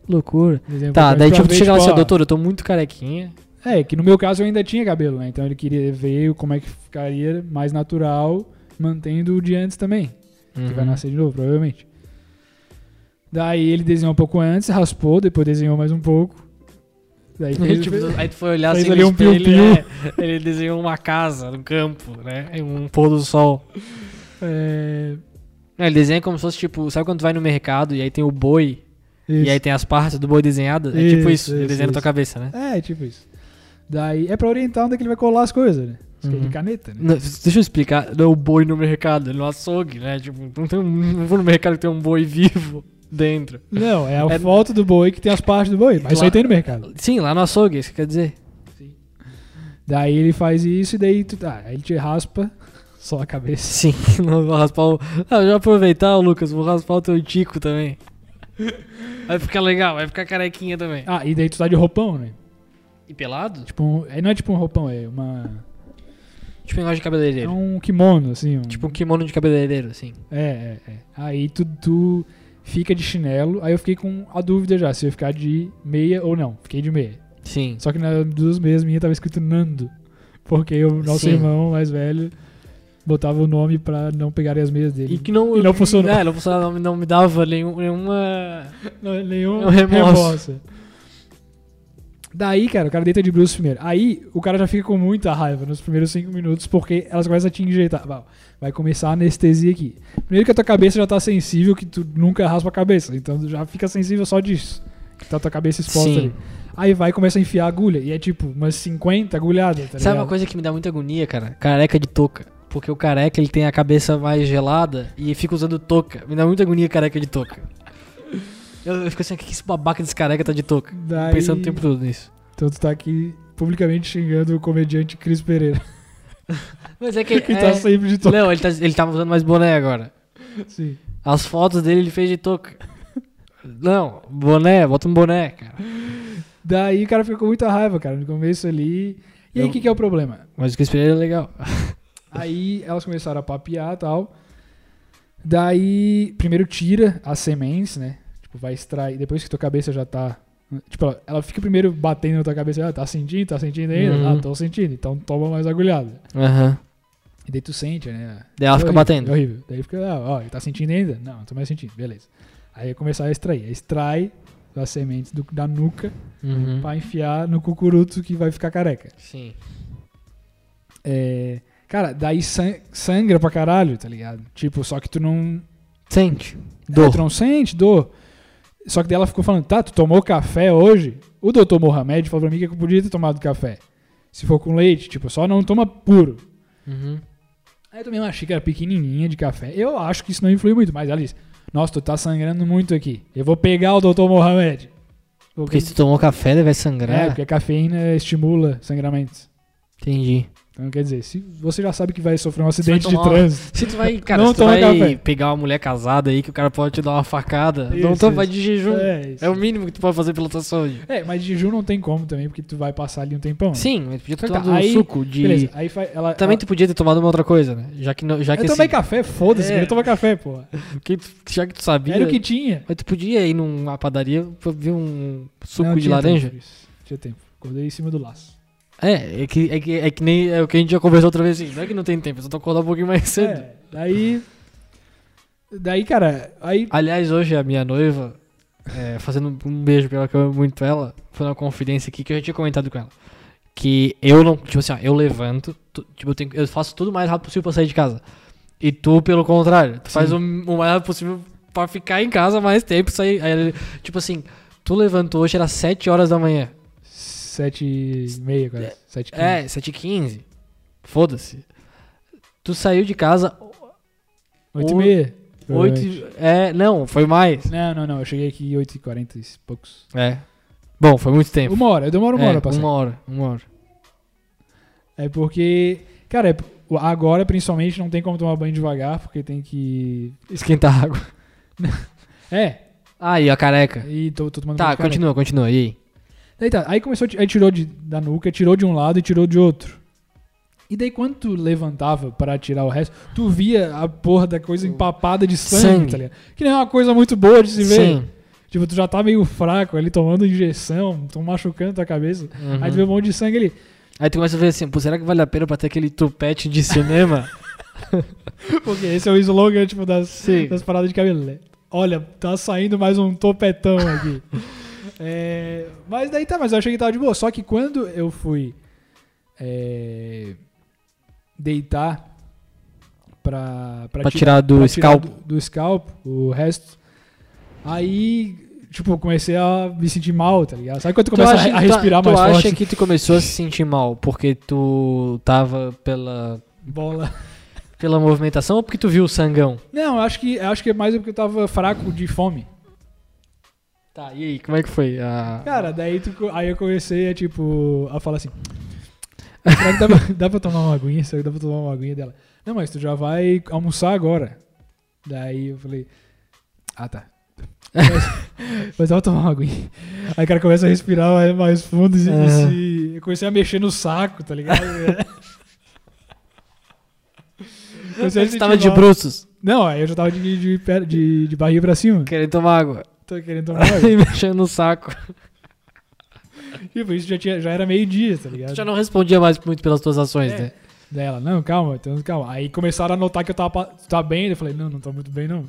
Loucura.
Desenha um
Tá,
pouco
daí
antes pra
tipo, tu
ver,
chega lá e
tipo,
assim,
ó,
doutor, eu tô muito carequinha.
É, que no meu caso eu ainda tinha cabelo, né? Então ele queria ver como é que ficaria mais natural, mantendo o de antes também. Que
Uhum.
vai nascer de novo, provavelmente. Daí ele desenhou um pouco antes, raspou, depois desenhou mais um pouco.
*laughs*
Daí fez,
Tipo, aí tu foi olhar
fez
assim no
ali um
espelho,
piu-piu.
é, ele desenhou uma casa no campo, né? Um pôr do sol.
é,
Não, ele desenha como se fosse, tipo, sabe quando tu vai no mercado e aí tem o boi, e
isso.
aí tem as partes do boi desenhadas? É tipo
Isso,
isso, ele
isso,
desenha na tua
isso.
cabeça, né?
É, tipo isso. Daí é pra orientar onde é que ele vai colar as coisas, né? Isso que é
Uhum.
de caneta, né?
Não, deixa eu explicar. Não, é o boi no mercado, no açougue, né? Tipo, não, tem um, não vou no mercado que tem um boi *laughs* vivo dentro.
Não, é a
É-
foto do boi que tem as partes do boi, mas isso aí
Lá-
tem no mercado.
Sim, lá no açougue, é isso que quer dizer.
Daí ele faz isso e daí tu, ah, aí ele te raspa só a cabeça.
Sim, *laughs* não vou raspar o. Ah, já aproveitar, ô, Lucas, vou raspar o teu tico também. *laughs* Vai ficar legal, vai ficar carequinha também.
Ah, e daí tu tá de roupão, né?
E pelado?
Tipo, um, é- não é tipo um roupão, é uma.
Tipo, negócio de
É
cabeleireiro.
um kimono, assim. um-
Tipo um kimono de cabeleireiro, assim.
É, é, é. Aí tu, tu fica de chinelo. Aí eu fiquei com a dúvida já, se eu ia ficar de meia ou não. Fiquei de meia.
Sim.
Só que nas duas meias minha tava escrito Nando. Porque o nosso
Sim.
irmão mais velho botava o nome pra não pegarem as meias dele.
E que não,
E não funcionou.
É, não funcionou, não, me- não me dava nenhum- nenhuma.
Não, nenhum
É um remorso.
Daí, cara, o cara deita de bruços primeiro. Aí o cara já fica com muita raiva nos primeiros cinco minutos, porque elas começam a te injetar. Vai- Vai começar a anestesia aqui. Primeiro que a tua cabeça já tá sensível, que tu nunca raspa a cabeça. Então tu já fica sensível só disso. Que tá a tua cabeça exposta
Sim.
ali. Aí vai e começa a enfiar a agulha. E é tipo umas 50 agulhadas, tá
Sabe uma
ligado?
coisa que me dá muita agonia, cara? Careca de touca. Porque o careca ele tem a cabeça mais gelada e fica usando touca. Me dá muita agonia careca de touca. Eu, eu fico assim, o que que esse babaca desse careca tá de touca?
Daí-
Pensando o tempo todo nisso.
Então tu tá aqui publicamente xingando o comediante Cris Pereira.
Mas
*laughs*
é que.
Que tá sempre de todo.
Não, ele, tá, ele tava usando mais boné agora.
Sim.
As fotos dele ele fez de touca. Não, boné, bota um boné, cara.
Daí o cara ficou com muita raiva, cara, no começo ali. E aí o
Eu-
que, que é o problema?
Mas o que eu esperei é legal.
Aí elas começaram a papear e tal. Daí, primeiro tira as sementes, né? Tipo, vai extrair. Depois que tua cabeça já tá. Tipo, ela, ela fica primeiro batendo na tua cabeça. Ah, tá sentindo, tá sentindo ainda?
Uhum.
Ah, tô sentindo. Então toma mais agulhada.
Aham.
E daí tu sente, né?
Daí ela
É
fica
horrível,
batendo.
É horrível. Daí fica, ah, ó, tá sentindo ainda? Não, tô mais sentindo. Beleza. Aí ia começar a extrair. Aí Extrai as sementes do- da nuca
Uhum.
pra enfiar no cucuruto que vai ficar careca.
Sim.
É, cara, daí san- sangra pra caralho, tá ligado? Tipo, só que tu não.
Sente.
É,
Dor.
tu não sente dor. Só que daí ela ficou falando, tá, tu tomou café hoje? O doutor Mohamed falou pra mim que eu podia ter tomado café. Se for com leite, tipo, só não toma puro.
Uhum.
Aí eu tomei uma xícara pequenininha de café. Eu acho que isso não influi muito, mas ela disse, nossa, tu tá sangrando muito aqui. Eu vou pegar o doutor Mohamed.
É,
Vou- né,
Porque se tu tomou café, ele vai sangrar.
É, porque a cafeína estimula sangramentos.
Entendi.
Então, quer dizer, se você já sabe que vai sofrer um
vai
acidente de
tomar-
trânsito,
Se tu vai, cara,
Não
se tu vai
toma café.
pegar uma mulher casada aí que o cara pode te dar uma facada, não
Isso,
toma vai
isso.
de jejum. É,
É, isso.
o mínimo que tu pode fazer pela tua saúde.
É, mas jejum não tem como também, porque tu vai passar ali um tempão. né?
Sim, mas podia ter
Então tá,
tomado um
aí-
suco de.
Beleza, aí fa- ela,
Também
ela,
tu podia ter tomado uma outra coisa, né? Já que, não- já que,
Eu
esse-
tomei café, foda-se,
É.
eu tomar café, pô.
que tu- já que tu sabia.
Era o que tinha.
Mas tu podia ir numa padaria pra ver um suco
Não,
de
tinha
laranja?
tempo disso. Tinha tempo. Acordei em cima do laço.
É, é que, é, que, é que nem é o que a gente já conversou outra vez assim. Não é que não tem tempo, eu só tô acordando um pouquinho mais cedo.
É, daí. Daí, cara, aí.
Aliás, hoje a minha noiva, é, fazendo um beijo pra ela, que eu amo muito ela, foi uma confidência aqui que eu já tinha comentado com ela. Que eu não, tipo assim, ó, eu levanto, tu- tipo, eu, tenho- eu faço tudo o mais rápido possível pra sair de casa. E tu, pelo contrário, tu faz o, o mais rápido possível pra ficar em casa mais tempo, sair. Aí, ele- tipo assim, tu levantou hoje, era 7 horas da manhã.
Sete e meia, quase. Sete e quinze.
É, 7h15. Foda-se. Tu saiu de casa
Oito e meia.
8
provavelmente.
É, não, foi mais.
Não, não, não. Eu cheguei aqui oito e quarenta e poucos.
É. Bom, foi muito tempo.
Uma hora. Eu demoro uma
é,
hora pra sair.
Uma hora, uma hora.
É porque. Cara, é p- agora principalmente não tem como tomar banho devagar, porque tem que.
Esquentar água.
*laughs* É.
Ah, e a careca.
E tô, tô tomando
Tá,
banho de
continua, continua. E aí?
Daí tá, aí começou, a ti- aí tirou de, da nuca, tirou de um lado e tirou de outro. E daí quando tu levantava pra tirar o resto, tu via a porra da coisa empapada de sangue,
Sangue.
tá ligado? Que não é uma coisa muito boa de se ver.
Sim.
Tipo, tu já tá meio fraco ali, tomando injeção, tu machucando tua cabeça.
Uhum.
Aí tu vê um monte de sangue ali.
Aí tu começa a ver assim, pô, será que vale a pena pra ter aquele tupete de cinema?
*laughs* Porque esse é o slogan, tipo, das,
Sim.
das paradas de cabelo. né? Olha, tá saindo mais um topetão aqui. *laughs* É, mas daí tá, mas eu achei que tava de boa. Só que quando eu fui é, deitar pra,
Pra tirar do
pra
scalpo.
do, do scalpo, o resto, aí, tipo, eu comecei a me sentir mal, tá ligado? Sabe quando tu *laughs* começa a re- a, respirar
tu,
mais
tu
forte?
acha que tu começou a se sentir mal porque tu tava pela,
Bola.
pela movimentação ou porque tu viu o sangão?
Não, eu acho que, eu acho que é mais porque eu tava fraco de fome.
Tá, e aí, como é que foi? Ah,
Cara, daí tu, co- aí eu comecei a, tipo, a falar assim. "Será que dá, pra, dá pra tomar uma aguinha? Será que dá pra tomar uma aguinha dela? Não, mas tu já vai almoçar agora. Daí eu falei. Ah, tá. Mas, mas dá pra tomar uma aguinha. Aí o cara começa a respirar mais, mais fundo e, se-
Aham.
e se- eu comecei a mexer no saco, tá ligado? Comecei a
*laughs* você é tava
sentir
de
mal.
bruços,
Não, aí eu já tava de, de, pé- de, de barriga pra cima.
querendo tomar água.
Tô querendo tomar uma
Aí *laughs*
aguinha.
mexendo no saco.
Tipo, isso já, tinha, já era meio-dia, tá ligado?
Tu já não respondia mais muito pelas tuas ações,
É.
né?
Daí ela, não, calma, então, calma. Aí começaram a notar que eu tava pa- tu tá bem, eu falei, não, não tô muito bem, não.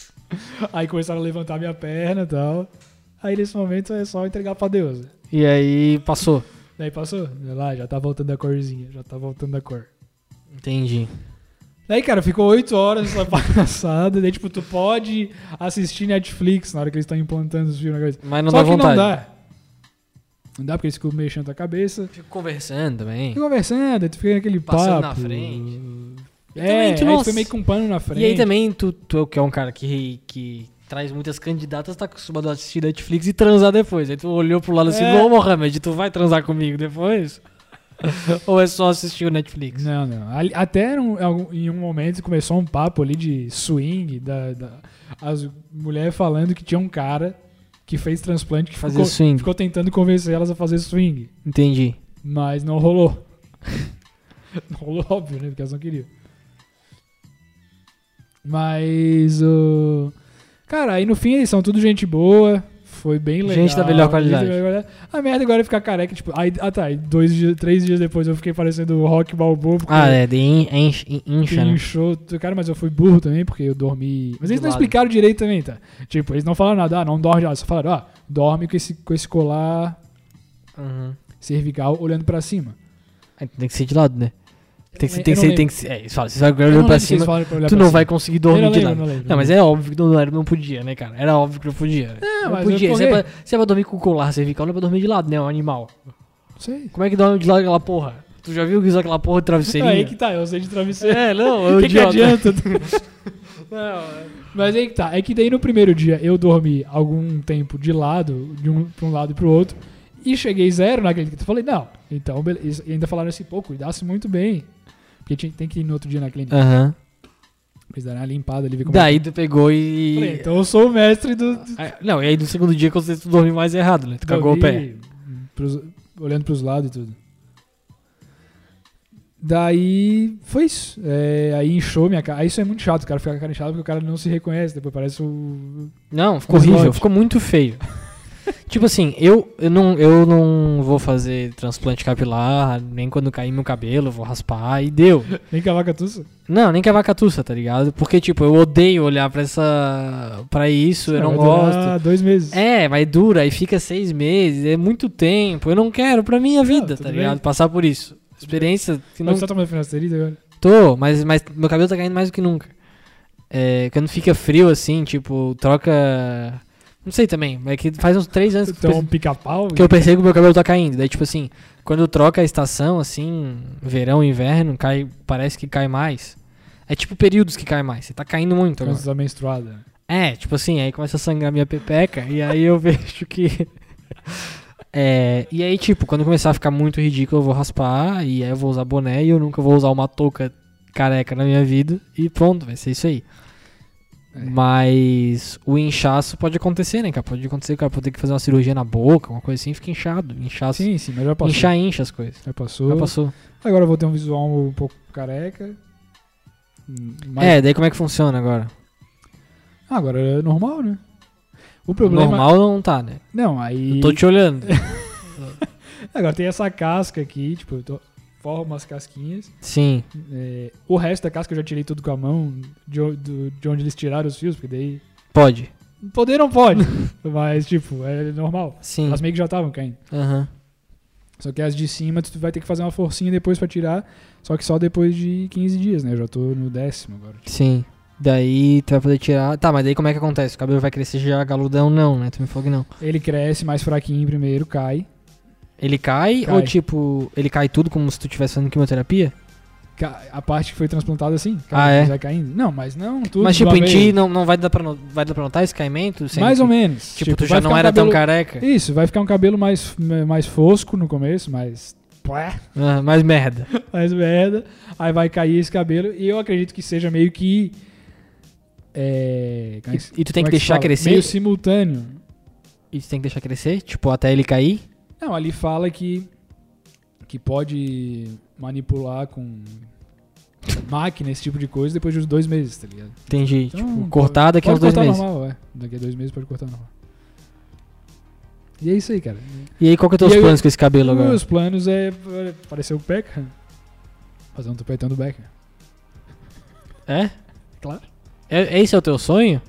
*laughs* Aí começaram a levantar minha perna e tal. Aí nesse momento é só entregar pra Deus. né?
E aí passou.
Daí passou, Daí lá, já tá voltando a corzinha, já tá voltando a cor.
Entendi.
Daí, cara, ficou 8 horas *laughs* essa palhaçada. Daí, tipo, tu pode assistir Netflix na hora que eles estão implantando os filmes. na cabeça.
Mas não
Só
dá
que
vontade.
não dá. Não dá porque eles ficam mexendo a cabeça.
Fico conversando também.
Fica conversando, aí tu fica naquele
Passando
papo.
na frente.
É,
Também tu
aí tu
não-
foi meio com um pano na frente.
E aí também, tu, tu é o que é um cara que, que traz muitas candidatas, tá acostumado a assistir Netflix e transar depois. Aí tu olhou pro lado assim,
É.
ô Mohamed, tu vai transar comigo depois? *laughs* Ou é só assistir o Netflix?
Não, não. Ali- Até num- em algum- em um momento começou um papo ali de swing, da, da- as mulheres falando que tinha um cara que fez transplante que
Fazer
ficou,
swing.
ficou tentando convencer elas a fazer swing,
Entendi.
mas não rolou. *laughs* não rolou, óbvio, né? Porque elas não queriam. Mas o. Cara, aí no fim eles são tudo gente boa. Foi bem legal.
Gente da melhor qualidade.
gente da melhor qualidade. A merda agora é ficar careca, tipo. Aí, ah tá, aí dois dias, três dias depois eu fiquei parecendo o Rock Balboa. porque-
Ah, é, de in- enche- in-
que
incha, né?
inchou. Cara, mas eu fui burro também, porque eu dormi. Mas eles
De
não
lado.
explicaram direito também, tá? Tipo, eles não falaram nada, ah, não dorme de lado. Só falaram, ah, dorme com esse, com esse colar
Uhum.
cervical olhando pra cima.
Aí Tem que ser de lado, né? Tem que ser,
Eu
tem que
não
ser,
lembro.
tem que ser. É, eles falam, se você vai
Eu
olhando
não
pra
lembro se eles
cima,
falaram pra olhar
tu
pra
não
cima.
vai conseguir
Eu
dormir
não
de
lembro,
lado.
não lembro,
Não,
não
mas é óbvio que o Donário não podia, né, cara? Era óbvio que não podia. né?
É,
Não
mas eu
podia. Se é,
corri.
pra, se é pra dormir com colar cervical, não é pra dormir de lado, né? É um animal.
Não sei.
Como é que dorme de lado aquela porra? Tu já viu que usa aquela porra de travesseirinho?
Aí que tá, eu usei de travesseiro.
É, *laughs* não, eu
*laughs* O que, que adianta? Mas é aí que tá. É que daí no primeiro dia eu dormi algum tempo de lado, de um pra um lado e pro outro. E cheguei zero naquele que tu falei, não. Então, beleza. E ainda falaram assim, pô, cuidasse muito bem. Porque tinha- tem que ir no outro dia na clínica.
Aham.
Eles deram uma limpada ali, ver como é
Daí tu pegou
que- Falei,
e.
então eu sou o mestre do. do-
Ah, Não, e aí no segundo dia que você dormiu mais errado, né? Tu cagou o pé.
dormir, pros- olhando pros lados e tudo. Daí foi isso. É, aí inchou minha cara. Aí isso é muito chato, o cara ficar com a cara inchada porque o cara não se reconhece. Depois parece o.
Não, ficou
Slot.
horrível, ficou muito *laughs* feio. tipo assim, eu, eu, não, eu não vou fazer transplante capilar, nem quando cair meu cabelo, eu vou raspar e *laughs* deu.
Nem cavaca tussa.
Não, nem que é vacatuça, tá ligado? Porque, tipo, eu odeio olhar pra essa. pra isso, eu não
Vai durar
gosto.
Ah, dois meses.
É, mas dura, aí fica seis meses, é muito tempo. Eu não quero pra minha vida,
tudo
tá ligado?
bem.
Passar por isso. Experiência que não
Mas você tá tomando finasterida agora?
tô, mas, mas meu cabelo tá caindo mais do que nunca. É, quando fica frio assim, tipo, troca. Não sei também, é que faz uns três anos que eu
Então um
perce-
pica-pau?
que eu percebo que meu cabelo tá caindo. Daí, tipo assim, quando troca a estação, assim, verão, inverno, cai, parece que cai mais. É tipo períodos que cai mais. Você tá caindo muito
Quando
agora.
você tá menstruada.
É, tipo assim, aí começa a sangrar minha pepeca e aí eu *laughs* vejo que. É, e aí, tipo, quando começar a ficar muito ridículo, eu vou raspar e aí eu vou usar boné e eu nunca vou usar uma touca careca na minha vida e pronto, vai ser isso aí.
É.
Mas o inchaço pode acontecer, né, cara? Pode acontecer, cara, pode ter que fazer uma cirurgia na boca, uma coisa assim, fica inchado. Inchaço.
Sim, sim, mas já passou.
Inchar incha as coisas.
Já passou.
Já passou.
Agora eu vou ter um visual um pouco careca. Hum, Mas...
É, daí como é que funciona agora?
Ah, agora é normal, né? O problema.
Normal não tá, né?
Não, aí.
Eu tô te
*laughs*
olhando.
Agora tem essa casca aqui, tipo, eu tô... forma as casquinhas.
Sim.
É, O resto da casca eu já tirei tudo com a mão, de, o- do- de onde eles tiraram os fios, porque daí.
Pode.
Poder não
*laughs*
pode, mas, tipo, é normal.
Sim.
As meio que já estavam caindo.
Aham.
Só que as de cima tu vai ter que fazer uma forcinha depois pra tirar. Só que só depois de 15 dias, né? Eu já tô no décimo agora.
Sim. Daí tu vai poder tirar. Tá, mas daí como é que acontece? O cabelo vai crescer já galudão, não, né? Tu me falou que não.
Ele cresce mais fraquinho primeiro, cai.
Ele cai,
Cai.
ou tipo, ele cai tudo como se tu estivesse fazendo quimioterapia?
Ca- A parte que foi transplantada assim,
Ah, é?
vai caindo. Não, mas não tudo.
mas
de
tipo,
uma
em
vez.
ti não, não vai, dar pra no- vai dar pra notar esse caimento? sendo
Mais
que,
ou menos.
Tipo, tu
vai
já
ficar
não
um
era tão
cabelo-
careca.
Isso, vai ficar um cabelo mais, mais fosco no começo, mais.
Ah, mais merda.
mais merda. Aí vai cair esse cabelo. E eu acredito que seja meio que. É. como é
E tu tem
como
que
é se
deixar
fala?
crescer?
Meio simultâneo.
E tu tem que deixar crescer? Tipo, até ele cair?
Não, ali fala que. Que pode manipular com. Máquina, esse tipo de coisa, depois de uns dois meses, tá ligado?
Entendi.
Então,
tipo, cortar daqui a uns
pode
dois
cortar
meses.
normal, é. Daqui a dois meses pode cortar normal. E é isso aí, cara.
E aí, qual que é os teus
E aí,
planos com esse cabelo agora?
Meus planos é parecer o Beckham. Fazer um tupetão do Beckham.
É?
Claro.
É, esse é o teu sonho?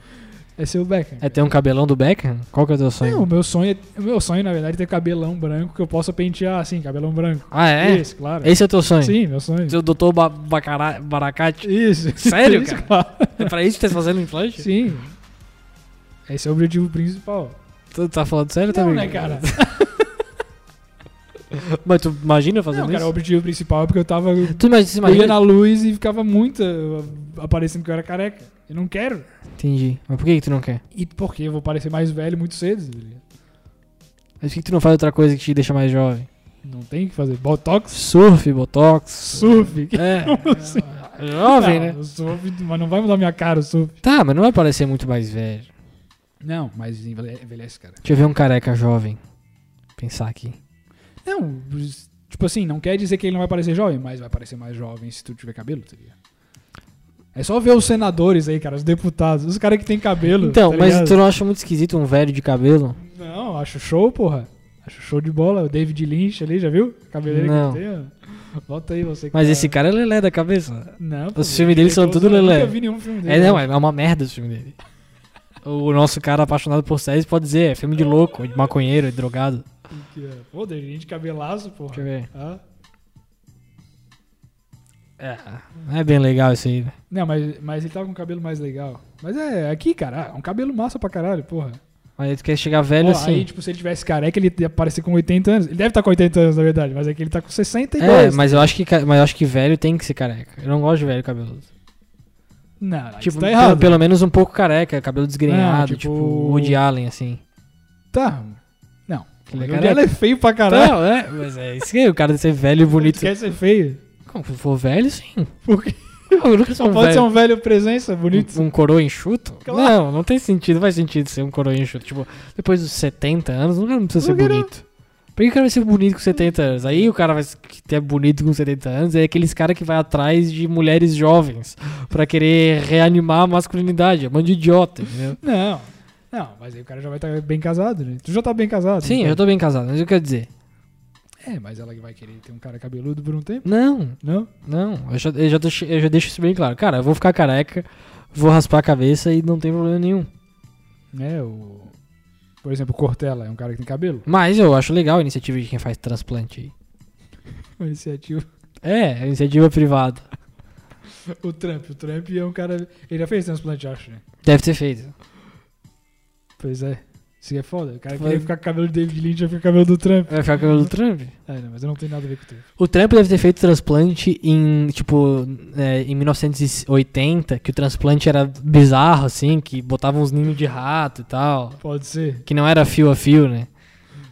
É ser o Beckham.
É ter um cabelão do Beckham? Qual que é o teu sonho?
Não, o meu sonho, é, o meu sonho na verdade é ter cabelão branco que eu possa pentear assim, cabelão branco.
Ah, é?
Isso, claro.
Esse é o teu sonho?
Sim, meu sonho.
Seu doutor ba Bacara- Baracate.
Isso.
Sério,
*laughs* Isso,
cara?
claro.
É pra isso que tá fazendo implante?
Sim. Esse é o objetivo principal.
Tu tá falando sério
Não,
também?
né, cara?
Mas tu imagina fazendo
Não, cara, o
isso?
objetivo principal é porque eu tava.
Tu imagina, você
Eu ia
imagina?
na luz e ficava muito uh, aparecendo que eu era careca. Eu não quero.
Entendi. Mas por que, que tu não quer?
E porque eu vou parecer mais velho muito cedo. tá ligado?
Mas por que, que tu não faz outra coisa que te deixa mais jovem?
Não tem o que fazer. Botox,
Surf,
*laughs*
botox.
surf. que-
É.
Sim.
jovem,
Não,
né?
o surf, mas não vai mudar minha cara o surf.
Tá, mas não vai parecer muito mais velho.
Não, mas envelhe- envelhece, cara.
Deixa eu ver um careca jovem. Pensar aqui.
Tá Não, tipo assim, não quer dizer que ele não vai parecer jovem, mas vai parecer mais jovem se tu tiver cabelo, tá ligado? É só ver os senadores aí, cara, os deputados, os caras que tem cabelo.
Então,
tá
mas
ligado?
tu não acha muito esquisito um velho de cabelo?
Não, acho show, porra. Acho show de bola. O David Lynch ali, já viu? Cabeleiro
Não.
que ele tem, ó. Bota aí você que
Mas
tá-
esse cara é lelé da cabeça.
Não, pô,
os filmes dele são
eu
tudo
Eu
lelé.
nunca vi nenhum filme dele.
É, não,
né?
é uma merda o filme dele. O nosso cara apaixonado por séries pode dizer, é filme de louco, de maconheiro, de drogado.
Que é. Pô, David Lynch, cabelaço, porra.
Deixa eu ver.
Ah.
É, não é bem legal isso aí, velho.
Não, mas, mas ele tava com um cabelo mais legal. Mas é, aqui, cara, ah, é um cabelo massa pra caralho, porra.
Mas aí tu quer chegar velho
Ó,
assim.
Aí, tipo, se ele tivesse careca, ele ia aparecer com 80 anos. Ele deve estar com 80 anos, na verdade, mas é que ele tá com 62.
é, mas eu, acho que, ca- mas eu acho que velho tem que ser careca. Eu não gosto de velho cabeludo.
Não, tipo,
Tipo,
tá
pelo-
errado.
Pelo, menos um pouco careca, cabelo desgrenhado,
Ah, tipo-
tipo, o Woody Allen, assim.
Tá. Não,
Ele é
Ele
careca.
é feio pra caralho.
Não, é, mas é isso aí, o cara de ser velho e bonito.
Tu quer ser feio?
Como se for velho, sim.
Por quê?
Eu nunca sou
Só
um
pode
velho.
ser um velho presença bonito.
Um, um coroa enxuto?
Claro.
Não, não tem sentido, não faz sentido ser um coroa enxuto. Tipo, depois dos 70 anos, o cara não precisa ser
Por que não?
bonito. Por que o cara vai ser bonito com 70 anos? Aí o cara vai s- que é bonito com 70 anos é aqueles cara que vai atrás de mulheres jovens pra querer reanimar a masculinidade. É um monte de idiota, entendeu?
Não. Não, mas aí o cara já vai estar bem casado, né? Tu já tá bem casado.
Sim, eu
né?
tô bem casado, mas o que eu quero dizer?
É, mas ela que vai querer ter um cara cabeludo por um tempo,
Não,
não?
não. Eu já, eu já deixo, eu já deixo isso bem claro. Cara, eu vou ficar careca, vou raspar a cabeça e não tem problema nenhum.
Né, o... Por exemplo, o Cortella é um cara que tem
*laughs*
cabelo.
Mas eu acho legal a iniciativa de quem faz transplante aí.
Uma iniciativa.
É, a iniciativa privada.
O Trump, o Trump é um cara... Ele já fez transplante, eu acho, né?
Deve ter feito.
Pois é. Isso é foda. O cara
Foi.
queria ficar com o cabelo do David Lynch, já fica com o cabelo do Trump.
Vai ficar com o cabelo do Trump?
É, não, mas eu não tenho nada a ver com o Trump.
O Trump deve ter feito transplante em, tipo, é, em 1980, que o transplante era bizarro, assim, que botavam uns ninhos de rato e tal.
Pode ser.
Que não era fio a fio, né?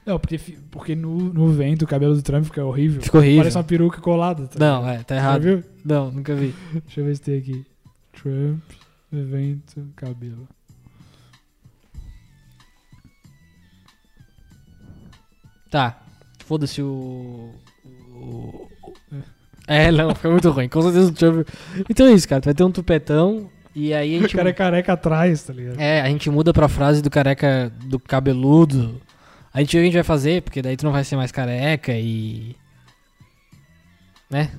Não, porque, fi- porque no, no vento o cabelo do Trump fica horrível.
Ficou horrível.
Parece uma peruca colada. Tá
Não,
ligado?
é, tá
Já
errado.
viu?
Não, nunca vi.
Deixa eu ver se tem aqui. Trump, evento, cabelo.
Tá. Foda-se o. o- É, não, foi muito ruim. Com certeza o Trump. Então é isso, cara. Tu vai ter um tupetão e aí a
*laughs* O
gente.
cara é careca atrás, tá ligado?
É, a gente muda pra frase do careca do cabeludo. A gente, a gente vai fazer, porque daí tu não vai ser mais careca e. Né?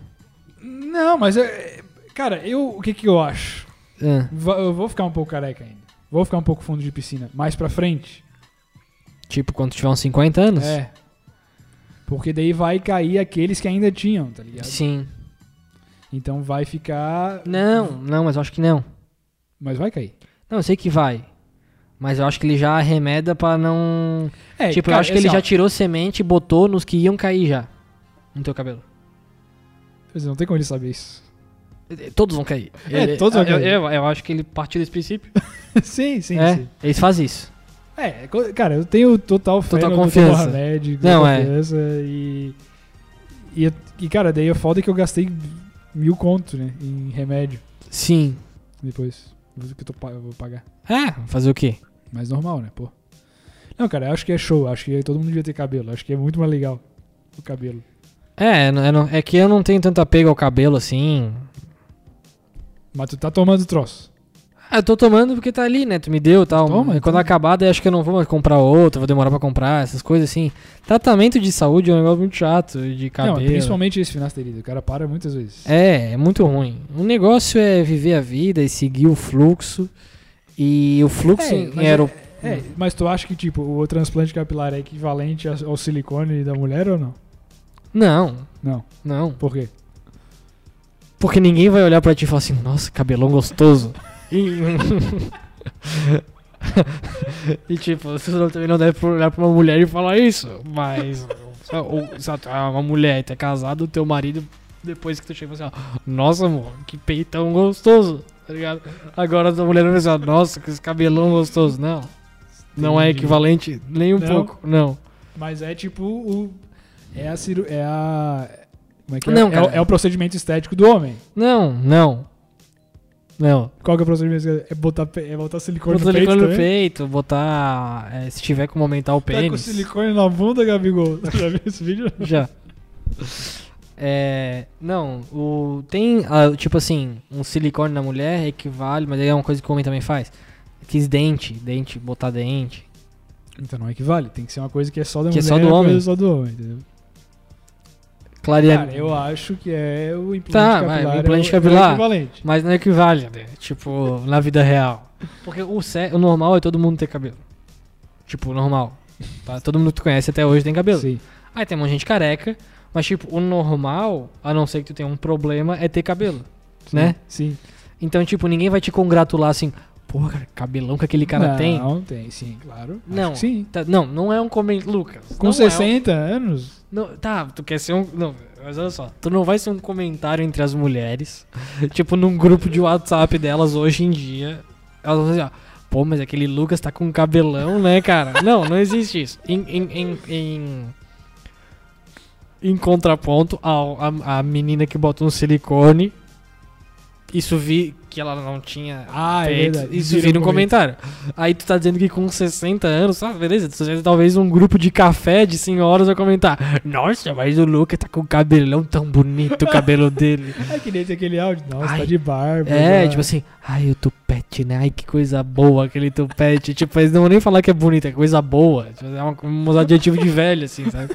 Não, mas é- cara, eu o que que eu acho?
Ah,
Va- eu vou ficar um pouco careca ainda. Vou ficar um pouco fundo de piscina, mais pra frente.
tipo, quando tiver uns 50 anos?
É. Porque daí vai cair aqueles que ainda tinham, tá ligado?
Sim.
Então vai ficar,
Não, não, mas eu acho que não.
mas vai cair.
Não, eu sei que vai. Mas eu acho que ele já arremeda pra não.
É,
tipo, eu
cara,
acho que
assim,
ele já
ó,
tirou semente e botou nos que iam cair já. No teu cabelo.
pois é, Não tem como ele saber isso. *laughs*
Todos vão cair.
É,
Ele-
todos vão
eu-
cair.
Eu, eu acho que ele partiu desse princípio.
sim, sim,
é,
sim.
eles fazem isso.
É, co- cara, eu tenho total fé
Total
no Dr.
confiança.
Mohamed,
Não, é.
confiança e, e eu- e, cara, daí é foda que eu gastei mil conto, né, em remédio
Sim.
depois. Vou- Que eu, tô pa- eu vou pagar.
É, fazer o quê?
Mas normal, né, pô. Não, cara, eu acho que é show. Acho que todo mundo devia ter cabelo. Acho que é muito mais legal o cabelo.
É, não- é, não- é que eu não tenho tanto apego ao cabelo assim.
Mas tu tá tomando troço.
Ah, eu tô tomando porque tá ali, né? Tu me deu e tal.
Toma, então.
E quando
toma.
acabar, daí acho que eu não vou mais comprar outro, vou demorar pra comprar, essas coisas assim. Tratamento de saúde é um negócio muito chato, de cabelo.
Não, principalmente esse finasterida. O cara para muitas vezes.
É, é muito ruim. O negócio é viver a vida e seguir o fluxo. E o fluxo
É,
em
mas
aero...
É, mas tu acha que, tipo, o transplante capilar é equivalente ao ao silicone da mulher ou não?
Não,
Não.
não.
Por quê?
Porque ninguém vai olhar pra ti e falar assim, nossa, cabelão gostoso. E, *laughs* E, tipo, você não- também não deve olhar pra uma mulher e falar isso. Mas, ou, se tu é uma mulher e tu é casado, o teu marido, depois que tu chega, fala assim, ó, nossa, amor, que peitão gostoso. Tá ligado? Agora a mulher vai pensar, "Ah, nossa, que esse cabelão gostoso. Não. Não é
Entendi.
equivalente nem um
Não?
pouco, não.
Mas é tipo o. É a ciru... É a. Como é que é?
Não,
é?
cara.
o- é o procedimento estético do homem.
Não, não. Não.
Qual que é o procedimento estético? É botar, pe- é botar silicone
Botar
no peito.
silicone no
também?
peito, botar. é, se tiver como aumentar o
né? Tá com
pênis.
silicone na bunda, Gabigol. *laughs* Já viu esse vídeo?
Já. É, não, o, tem, ah, tipo assim, um silicone na mulher equivale, mas aí é uma coisa que o homem também faz. Quis dente, dente, botar dente.
Então não equivale. Tem que ser uma coisa que é só da
Que é
mulher.
só do
uma coisa
homem.
Só do homem, entendeu?
Clareamento.
Cara, eu acho que é o implante
Tá, vai,
capilar.
o implante
é o-
capilar.
É o equivalente.
Mas não equivale, né? Tipo, na vida real. Porque o, sé- o normal é todo mundo ter cabelo. Tipo, normal. Tá? Todo mundo que tu conhece até hoje tem cabelo.
Sim.
Aí tem um monte de gente careca, mas tipo, o normal, a não ser que tu tenha um problema, é ter cabelo, né?
Sim.
Então, tipo, ninguém vai te congratular assim, porra, cara, cabelão que aquele cara
não,
tem.
Não, tem, sim, claro. Acho
Não.
que sim.
Tá, não, não é um comentário. Lucas.
Com
não
60 anos?
É um, não, tá, tu quer ser um. Não, mas olha só. Tu não vai ser um comentário entre *laughs* as mulheres. tipo, num grupo de WhatsApp delas hoje em dia. Elas vão dizer, ó. Pô, mas aquele Lucas tá com um cabelão, né, cara? *laughs* Não, não existe isso. Em, em, em, em, em contraponto ao- a, a menina que botou um silicone, isso vi que ela não tinha.
Ah, é
feito,
verdade.
Isso vira um comentário. Aí tu tá dizendo que com 60 anos, sabe? Beleza, tu- talvez um grupo de café de senhoras vai comentar. Nossa, mas o Lucas tá com o cabelão tão bonito, o *laughs* cabelo dele.
É que nem tem aquele áudio. Nossa,
Ai.
tá de barba.
É,
já.
tipo assim, ai, o tupete, né? Ai, que coisa boa aquele tupete. *laughs* tipo, eles não vão nem falar que é bonito, é coisa boa. Tipo, É uma, um adjetivo de velho, assim, *laughs* sabe?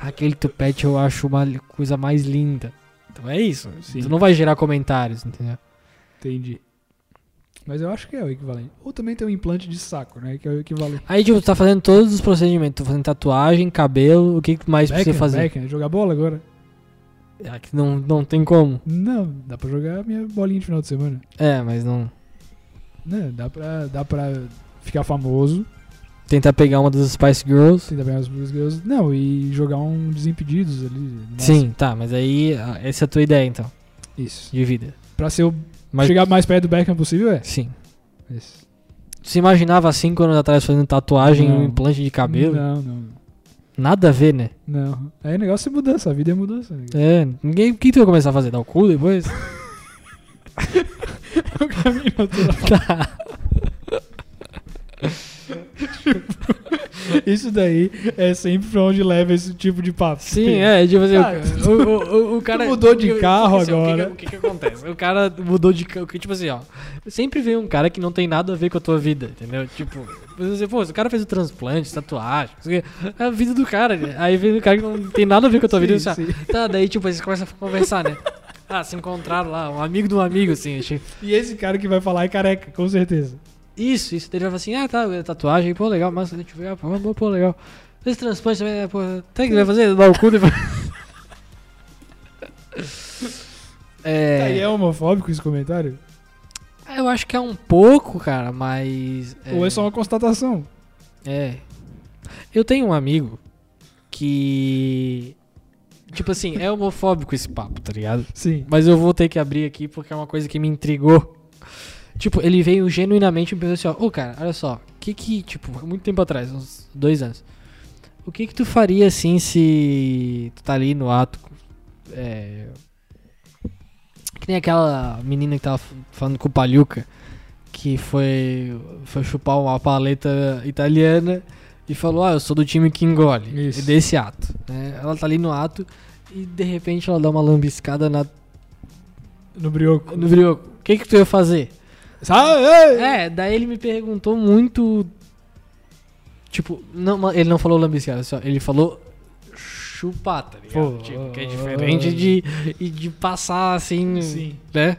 Aquele tupete eu acho uma li- coisa mais linda. Então é isso.
Sim.
Tu não vai gerar comentários, entendeu? assim.
Entendi. Mas eu acho que é o equivalente. Ou também tem um implante de saco, né? Que é o equivalente.
Aí, tipo, tu tá fazendo todos os procedimentos. Tu fazendo tatuagem, cabelo, o que que mais precisa fazer?
Beckham, jogar bola agora?
É, que não, não tem como.
Não, dá pra jogar minha bolinha de final de semana.
É, mas não...
Não, dá pra, dá pra ficar famoso,
Tentar pegar uma das Spice Girls.
tentar ganhar os Blues Girls. Não, e jogar um Desimpedidos ali. Nossa,
Sim, tá, mas aí ah, essa é a tua ideia, então,
Isso.
de vida.
Pra ser o,
Mas,
chegar mais perto do Beckham possível, é.
sim.
Isso.
Tu se imaginava há 5 anos atrás fazendo tatuagem
Não.
um implante de cabelo?
Não, não.
Nada a ver, né?
Não. Aí o negócio é mudança, a vida é mudança. né?
É, ninguém. O que tu vai começar a fazer? Dar o cu depois?
*laughs* o caminho
*laughs*
é natural. Tipo, Isso daí é sempre pra onde leva esse tipo de papo.
Sim, é, tipo assim,
Ah,
*laughs* o, o, o, o cara.
mudou de
o que-
carro
assim, o que que-
agora.
O que, que, acontece? O cara mudou de carro. Tipo assim, ó. Sempre vem um cara que não tem nada a ver com a tua vida, entendeu? Tipo, você, pô, se o cara fez o transplante, tatuagem, não sei o quê, é a vida do cara. né? Aí vem um cara que não tem nada a ver com a tua vida.
Sim,
Você, ah, Tá, daí, tipo, eles começam a conversar, né? Ah, se encontraram lá, um amigo de um amigo, assim, achei.
E esse cara que vai falar é careca, com certeza.
Isso, isso. Daí Ele vai falar assim, ah, tá, tatuagem, pô, legal, massa, deixa eu ver, ah, pô, pô, pô, legal. Esse transplante também, né, pô, até que vai fazer, dá o cu depois. *laughs*
É. Aí
É,
é homofóbico esse comentário?
eu acho que é um pouco, cara, mas... É,
Ou é só uma constatação?
É. Eu tenho um amigo que... Tipo assim, é homofóbico esse papo, tá ligado?
Sim.
Mas eu vou ter que abrir aqui porque é uma coisa que me intrigou. Tipo, ele veio genuinamente e me pensou assim, ó, ô cara, olha só, o que que, tipo, há muito tempo atrás, uns dois anos, o que que tu faria assim se tu tá ali no ato, é... Que nem aquela menina que tava f- falando com o Palhuca, que foi, foi chupar uma paleta italiana e falou, ah, eu sou do time que engole,
Isso.
desse ato, né? Ela tá ali no ato e de repente ela dá uma lambiscada na
No brioco.
no brioco, o que que tu ia fazer?
Sabe?
É, daí ele me perguntou muito. Tipo, não, ma- ele não falou lambiscada, só, ele falou chupar, tá ligado?
Pô.
Tipo, que é diferente de, e de passar assim,
Sim.
né?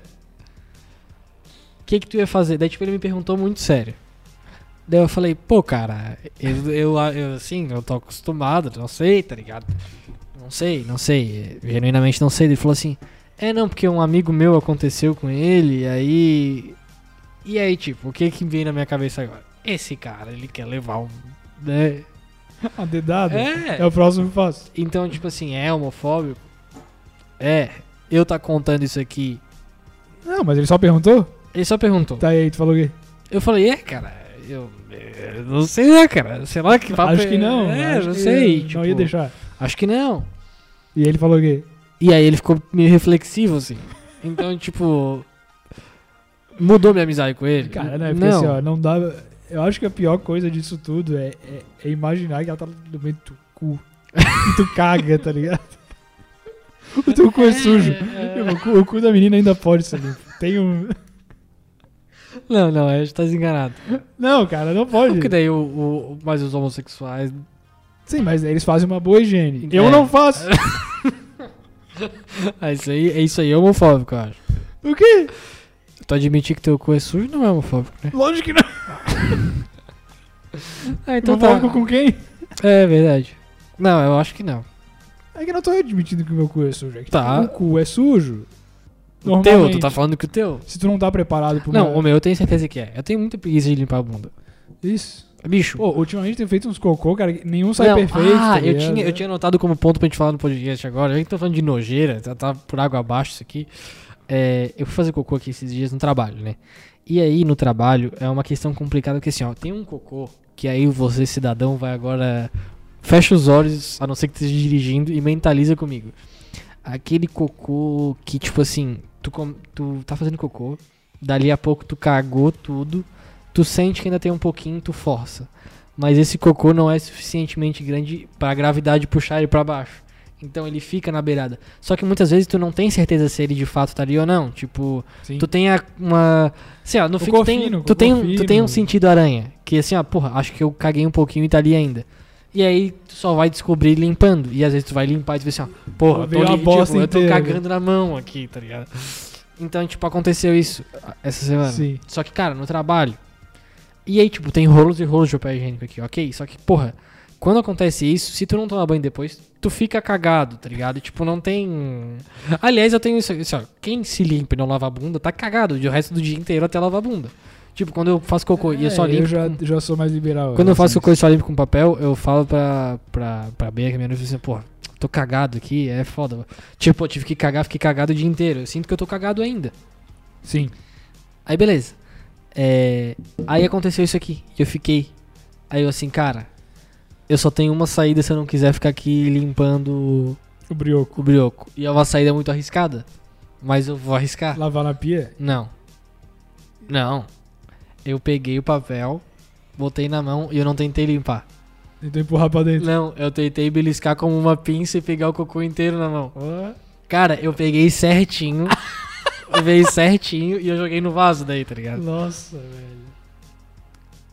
O que que tu ia fazer? Daí, tipo, ele me perguntou muito sério. Daí eu falei, pô, cara, eu, eu, eu assim, eu tô acostumado, não sei, tá ligado? Não sei, não sei, eh, genuinamente não sei. Ele falou assim, é não, porque um amigo meu aconteceu com ele, e aí. E aí, tipo, o que que vem na minha cabeça agora? Esse cara, ele quer levar um. Né?
Uma dedada.
É.
o próximo passo.
Então, tipo assim, é homofóbico? É. Eu tá contando isso aqui.
Não, mas ele só perguntou?
Ele só perguntou.
Tá aí, tu falou o quê?
Eu falei, é, cara, eu, eu não sei, né, cara? Sei lá que papo
acho
é-
que não.
É,
acho
não
que
sei.
Não
tipo,
ia deixar.
Acho que não.
E ele falou o quê?
E aí ele ficou meio reflexivo, assim. Então, *laughs* tipo. Mudou minha amizade com ele.
Cara, né? Porque assim, ó, não dá. Eu acho que a pior coisa disso tudo é, é- é imaginar que ela tá no meio do teu cu. *laughs* e tu caga, tá ligado? O teu cu é sujo. O, cu, o cu da menina ainda pode ser limpo. Tem um.
Não, não, a gente tá desenganado.
Não, cara, não pode.
Porque daí o, o- mas os homossexuais.
Sim, mas eles fazem uma boa higiene.
É.
Eu não faço.
*laughs* Ah, isso aí, é isso aí é homofóbico, eu acho.
O quê?
Tu admitir que teu cu é sujo não é homofóbico, né?
Lógico que não.
Ah, então
Então
tá.
com quem?
É verdade. Não, eu acho que não.
É que eu não tô admitindo que o meu cu é sujo. É que
Tá.
O cu é sujo.
O teu, tu
Normalmente.
tá falando que o teu.
Se tu não tá preparado pro
Não, o meu eu tenho certeza que é. Eu tenho muita preguiça de limpar a bunda.
Isso.
Bicho.
Pô, ultimamente tem feito uns cocô, cara, que nenhum sai
não,
perfeito.
Ah,
tá
eu,
ligado?
tinha, eu tinha anotado como ponto pra gente falar no podcast agora. A gente tá falando de nojeira, tá, tá por água abaixo isso aqui. é, eu fui fazer cocô aqui esses dias no trabalho, né? E aí no trabalho é uma questão complicada, porque assim, ó, tem um cocô que aí você, cidadão, vai agora. Fecha os olhos, a não ser que esteja dirigindo, e mentaliza comigo. Aquele cocô que, tipo assim, tu, com- tu tá fazendo cocô, dali a pouco tu cagou tudo, tu sente que ainda tem um pouquinho, tu força. Mas esse cocô não é suficientemente grande pra gravidade puxar ele pra baixo. Então ele fica na beirada. Só que muitas vezes tu não tem certeza se ele de fato tá ali ou não. Tipo,
Sim.
tu tem a- uma. Sei lá, no fim tu tem,
fino,
tu, tem,
cocô
um- tu tem um
fino.
sentido aranha. Que assim, ó, porra, acho que eu caguei um pouquinho e tá ali ainda. E aí tu só vai descobrir limpando. E às vezes tu vai limpar e tu vê assim, ó, porra, eu tô,
Veio a
li-
bosta
tipo, eu tô
inteira.
cagando na mão aqui, tá ligado? Então, tipo, aconteceu isso essa semana.
Sim.
Só que, cara, no trabalho. E aí, tipo, tem rolos e rolos de papel higiênico aqui, ok? Só que, porra, quando acontece isso, se tu não tomar banho depois, tu fica cagado, tá ligado? E, tipo, não tem. Aliás, eu tenho isso, isso ó, quem se limpa e não lava a bunda, tá cagado o resto do dia inteiro até lavar a bunda. Tipo, quando eu faço cocô e eu só
É,
limpo.
eu já,
com-
já sou mais liberal. assim. em
Quando eu
relação
faço
a isso.
cocô e só limpo com papel, eu falo pra, pra, pra Bea, que é minha noiva, assim, porra, tô cagado aqui, é foda. Tipo, eu tive que cagar, fiquei cagado o dia inteiro. Eu sinto que eu tô cagado ainda.
Sim.
Aí beleza. É, aí aconteceu isso aqui. E eu fiquei. Aí eu assim, cara, eu só tenho uma saída se eu não quiser ficar aqui limpando
O brioco.
o brioco. E é uma saída muito arriscada. Mas eu vou arriscar.
Lavar na pia?
Não. Não. Eu peguei o papel, botei na mão e eu não tentei limpar.
Então empurrar pra dentro.
Não, eu tentei beliscar como uma pinça e pegar o cocô inteiro na mão. Cara, eu peguei certinho. eu peguei certinho e eu joguei no vaso daí, tá ligado?
Nossa, velho.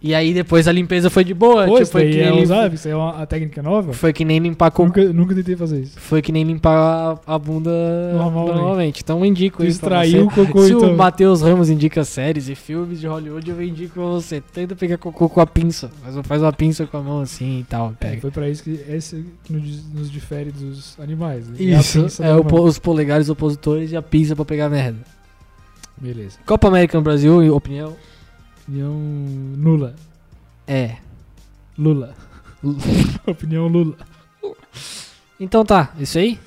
E aí depois a limpeza foi de boa.
Pô,
tipo,
isso
foi,
daí
que
é
nem lim-
usável? Isso aí é uma a técnica nova?
foi que nem limpar com...
Nunca, nunca tentei fazer isso.
Foi que nem limpar a, a bunda
Normalmente.
normalmente. Então eu indico isso. pra
Distraiu o
você.
cocô,
Se
então.
o Matheus Ramos indica séries e filmes de Hollywood, eu indico pra você. Tenta pegar cocô com a pinça. Faz, um, faz uma pinça com a mão assim e tal.
É,
Pega.
foi pra isso que esse que nos, nos difere dos animais. Né? É a
Isso,
pinça
é
da
o
mão.
po- os polegares opositores e a pinça pra pegar merda.
Beleza.
Copa América no Brasil, opinião?
Opinião nula.
É. *laughs*
Lula. *laughs* Opinião Lula.
Então tá, isso aí?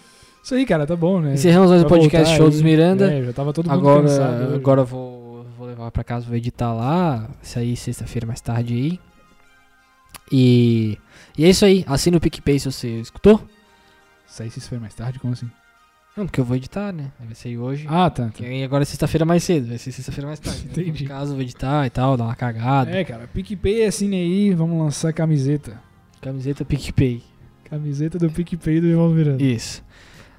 Isso aí, cara, tá bom, né?
Encerramos mais o
Pra
podcast
voltar
Show
aí,
dos Miranda.
É, já tava todo mundo cansado.
Agora,
né? hoje.
agora eu vou, vou levar pra casa, vou editar lá. Isso aí, sexta-feira mais tarde aí. E, e é isso aí. Assina o PicPay se você escutou.
Isso aí se isso foi mais tarde, como assim?
Não, porque eu vou editar, né? Vai sair hoje.
Ah, tá. tá.
E aí agora é sexta-feira mais cedo. Vai ser sexta-feira mais tarde. Eu vou
*laughs* Entendi.
em casa, vou editar e tal, dar uma cagada.
É, cara, PicPay assine aí, vamos lançar camiseta.
Camiseta PicPay.
Camiseta do PicPay do Ivaldo Miranda.
Isso.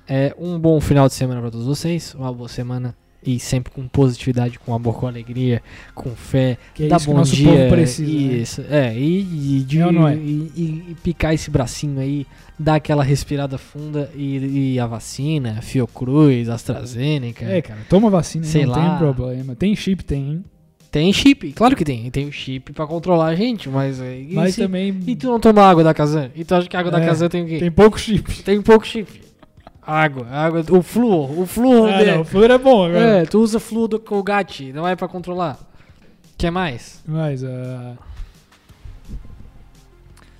É, um bom final de semana pra todos vocês. Uma boa semana. E sempre com positividade, com amor, com alegria, com fé,
que é
dá
isso que o
tá bom
nosso
dia,
povo precisa. né?
Isso, é, e, e de-
É ou não é?
e- e- e picar esse bracinho aí, dar aquela respirada funda e, e a vacina, Fiocruz, AstraZeneca.
É, cara, toma vacina,
Sei
não tem
lá.
problema. Tem chip, tem, hein?
Tem chip, claro que tem, tem o chip pra controlar a gente, mas. é, E,
Mas
se-
também
e tu não toma água da Kazan? E tu acha que a água da
É,
Kazan tem o quê?
tem pouco chip.
Tem pouco chip. Água, água, o flúor, o flúor.
Ah,
né?
não, o flúor é bom agora.
é, tu usa flúor do Colgate, não é pra controlar. Quer mais?
Mas, ah,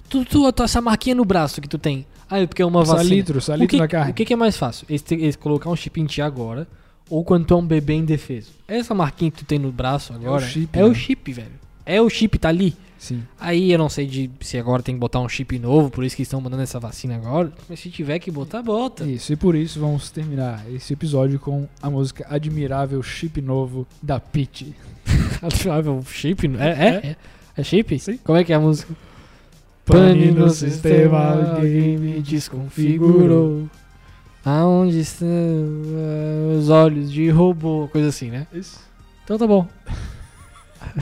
Tu, tu, tu- essa marquinha no braço que tu tem. Ah, é porque é uma vacina.
salitro,
O
salitro
que,
Tá na carne.
o que que é mais fácil? Eles, te- eles colocar um chip em ti agora ou quando tu é um bebê indefeso? É Essa marquinha que tu tem no braço agora
chip,
é
né?
o chip, velho. É o chip, tá ali.
Sim.
Aí eu não sei de- se agora tem que botar um chip novo, por isso que estão mandando essa vacina agora. Mas se tiver que botar, bota.
*laughs* Isso, e por isso vamos terminar esse episódio com a música Admirável Chip Novo da Pitty. Ah,
Admirável, chip? É? É, é. É chip?
Sim.
Como é que é a música?
Pane no sistema, alguém me
desconfigurou. Aonde estão ah, os olhos de robô? Coisa assim, né?
Isso.
Então tá bom. *laughs*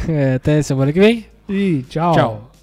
É, até semana que vem.
E tchau.
Tchau.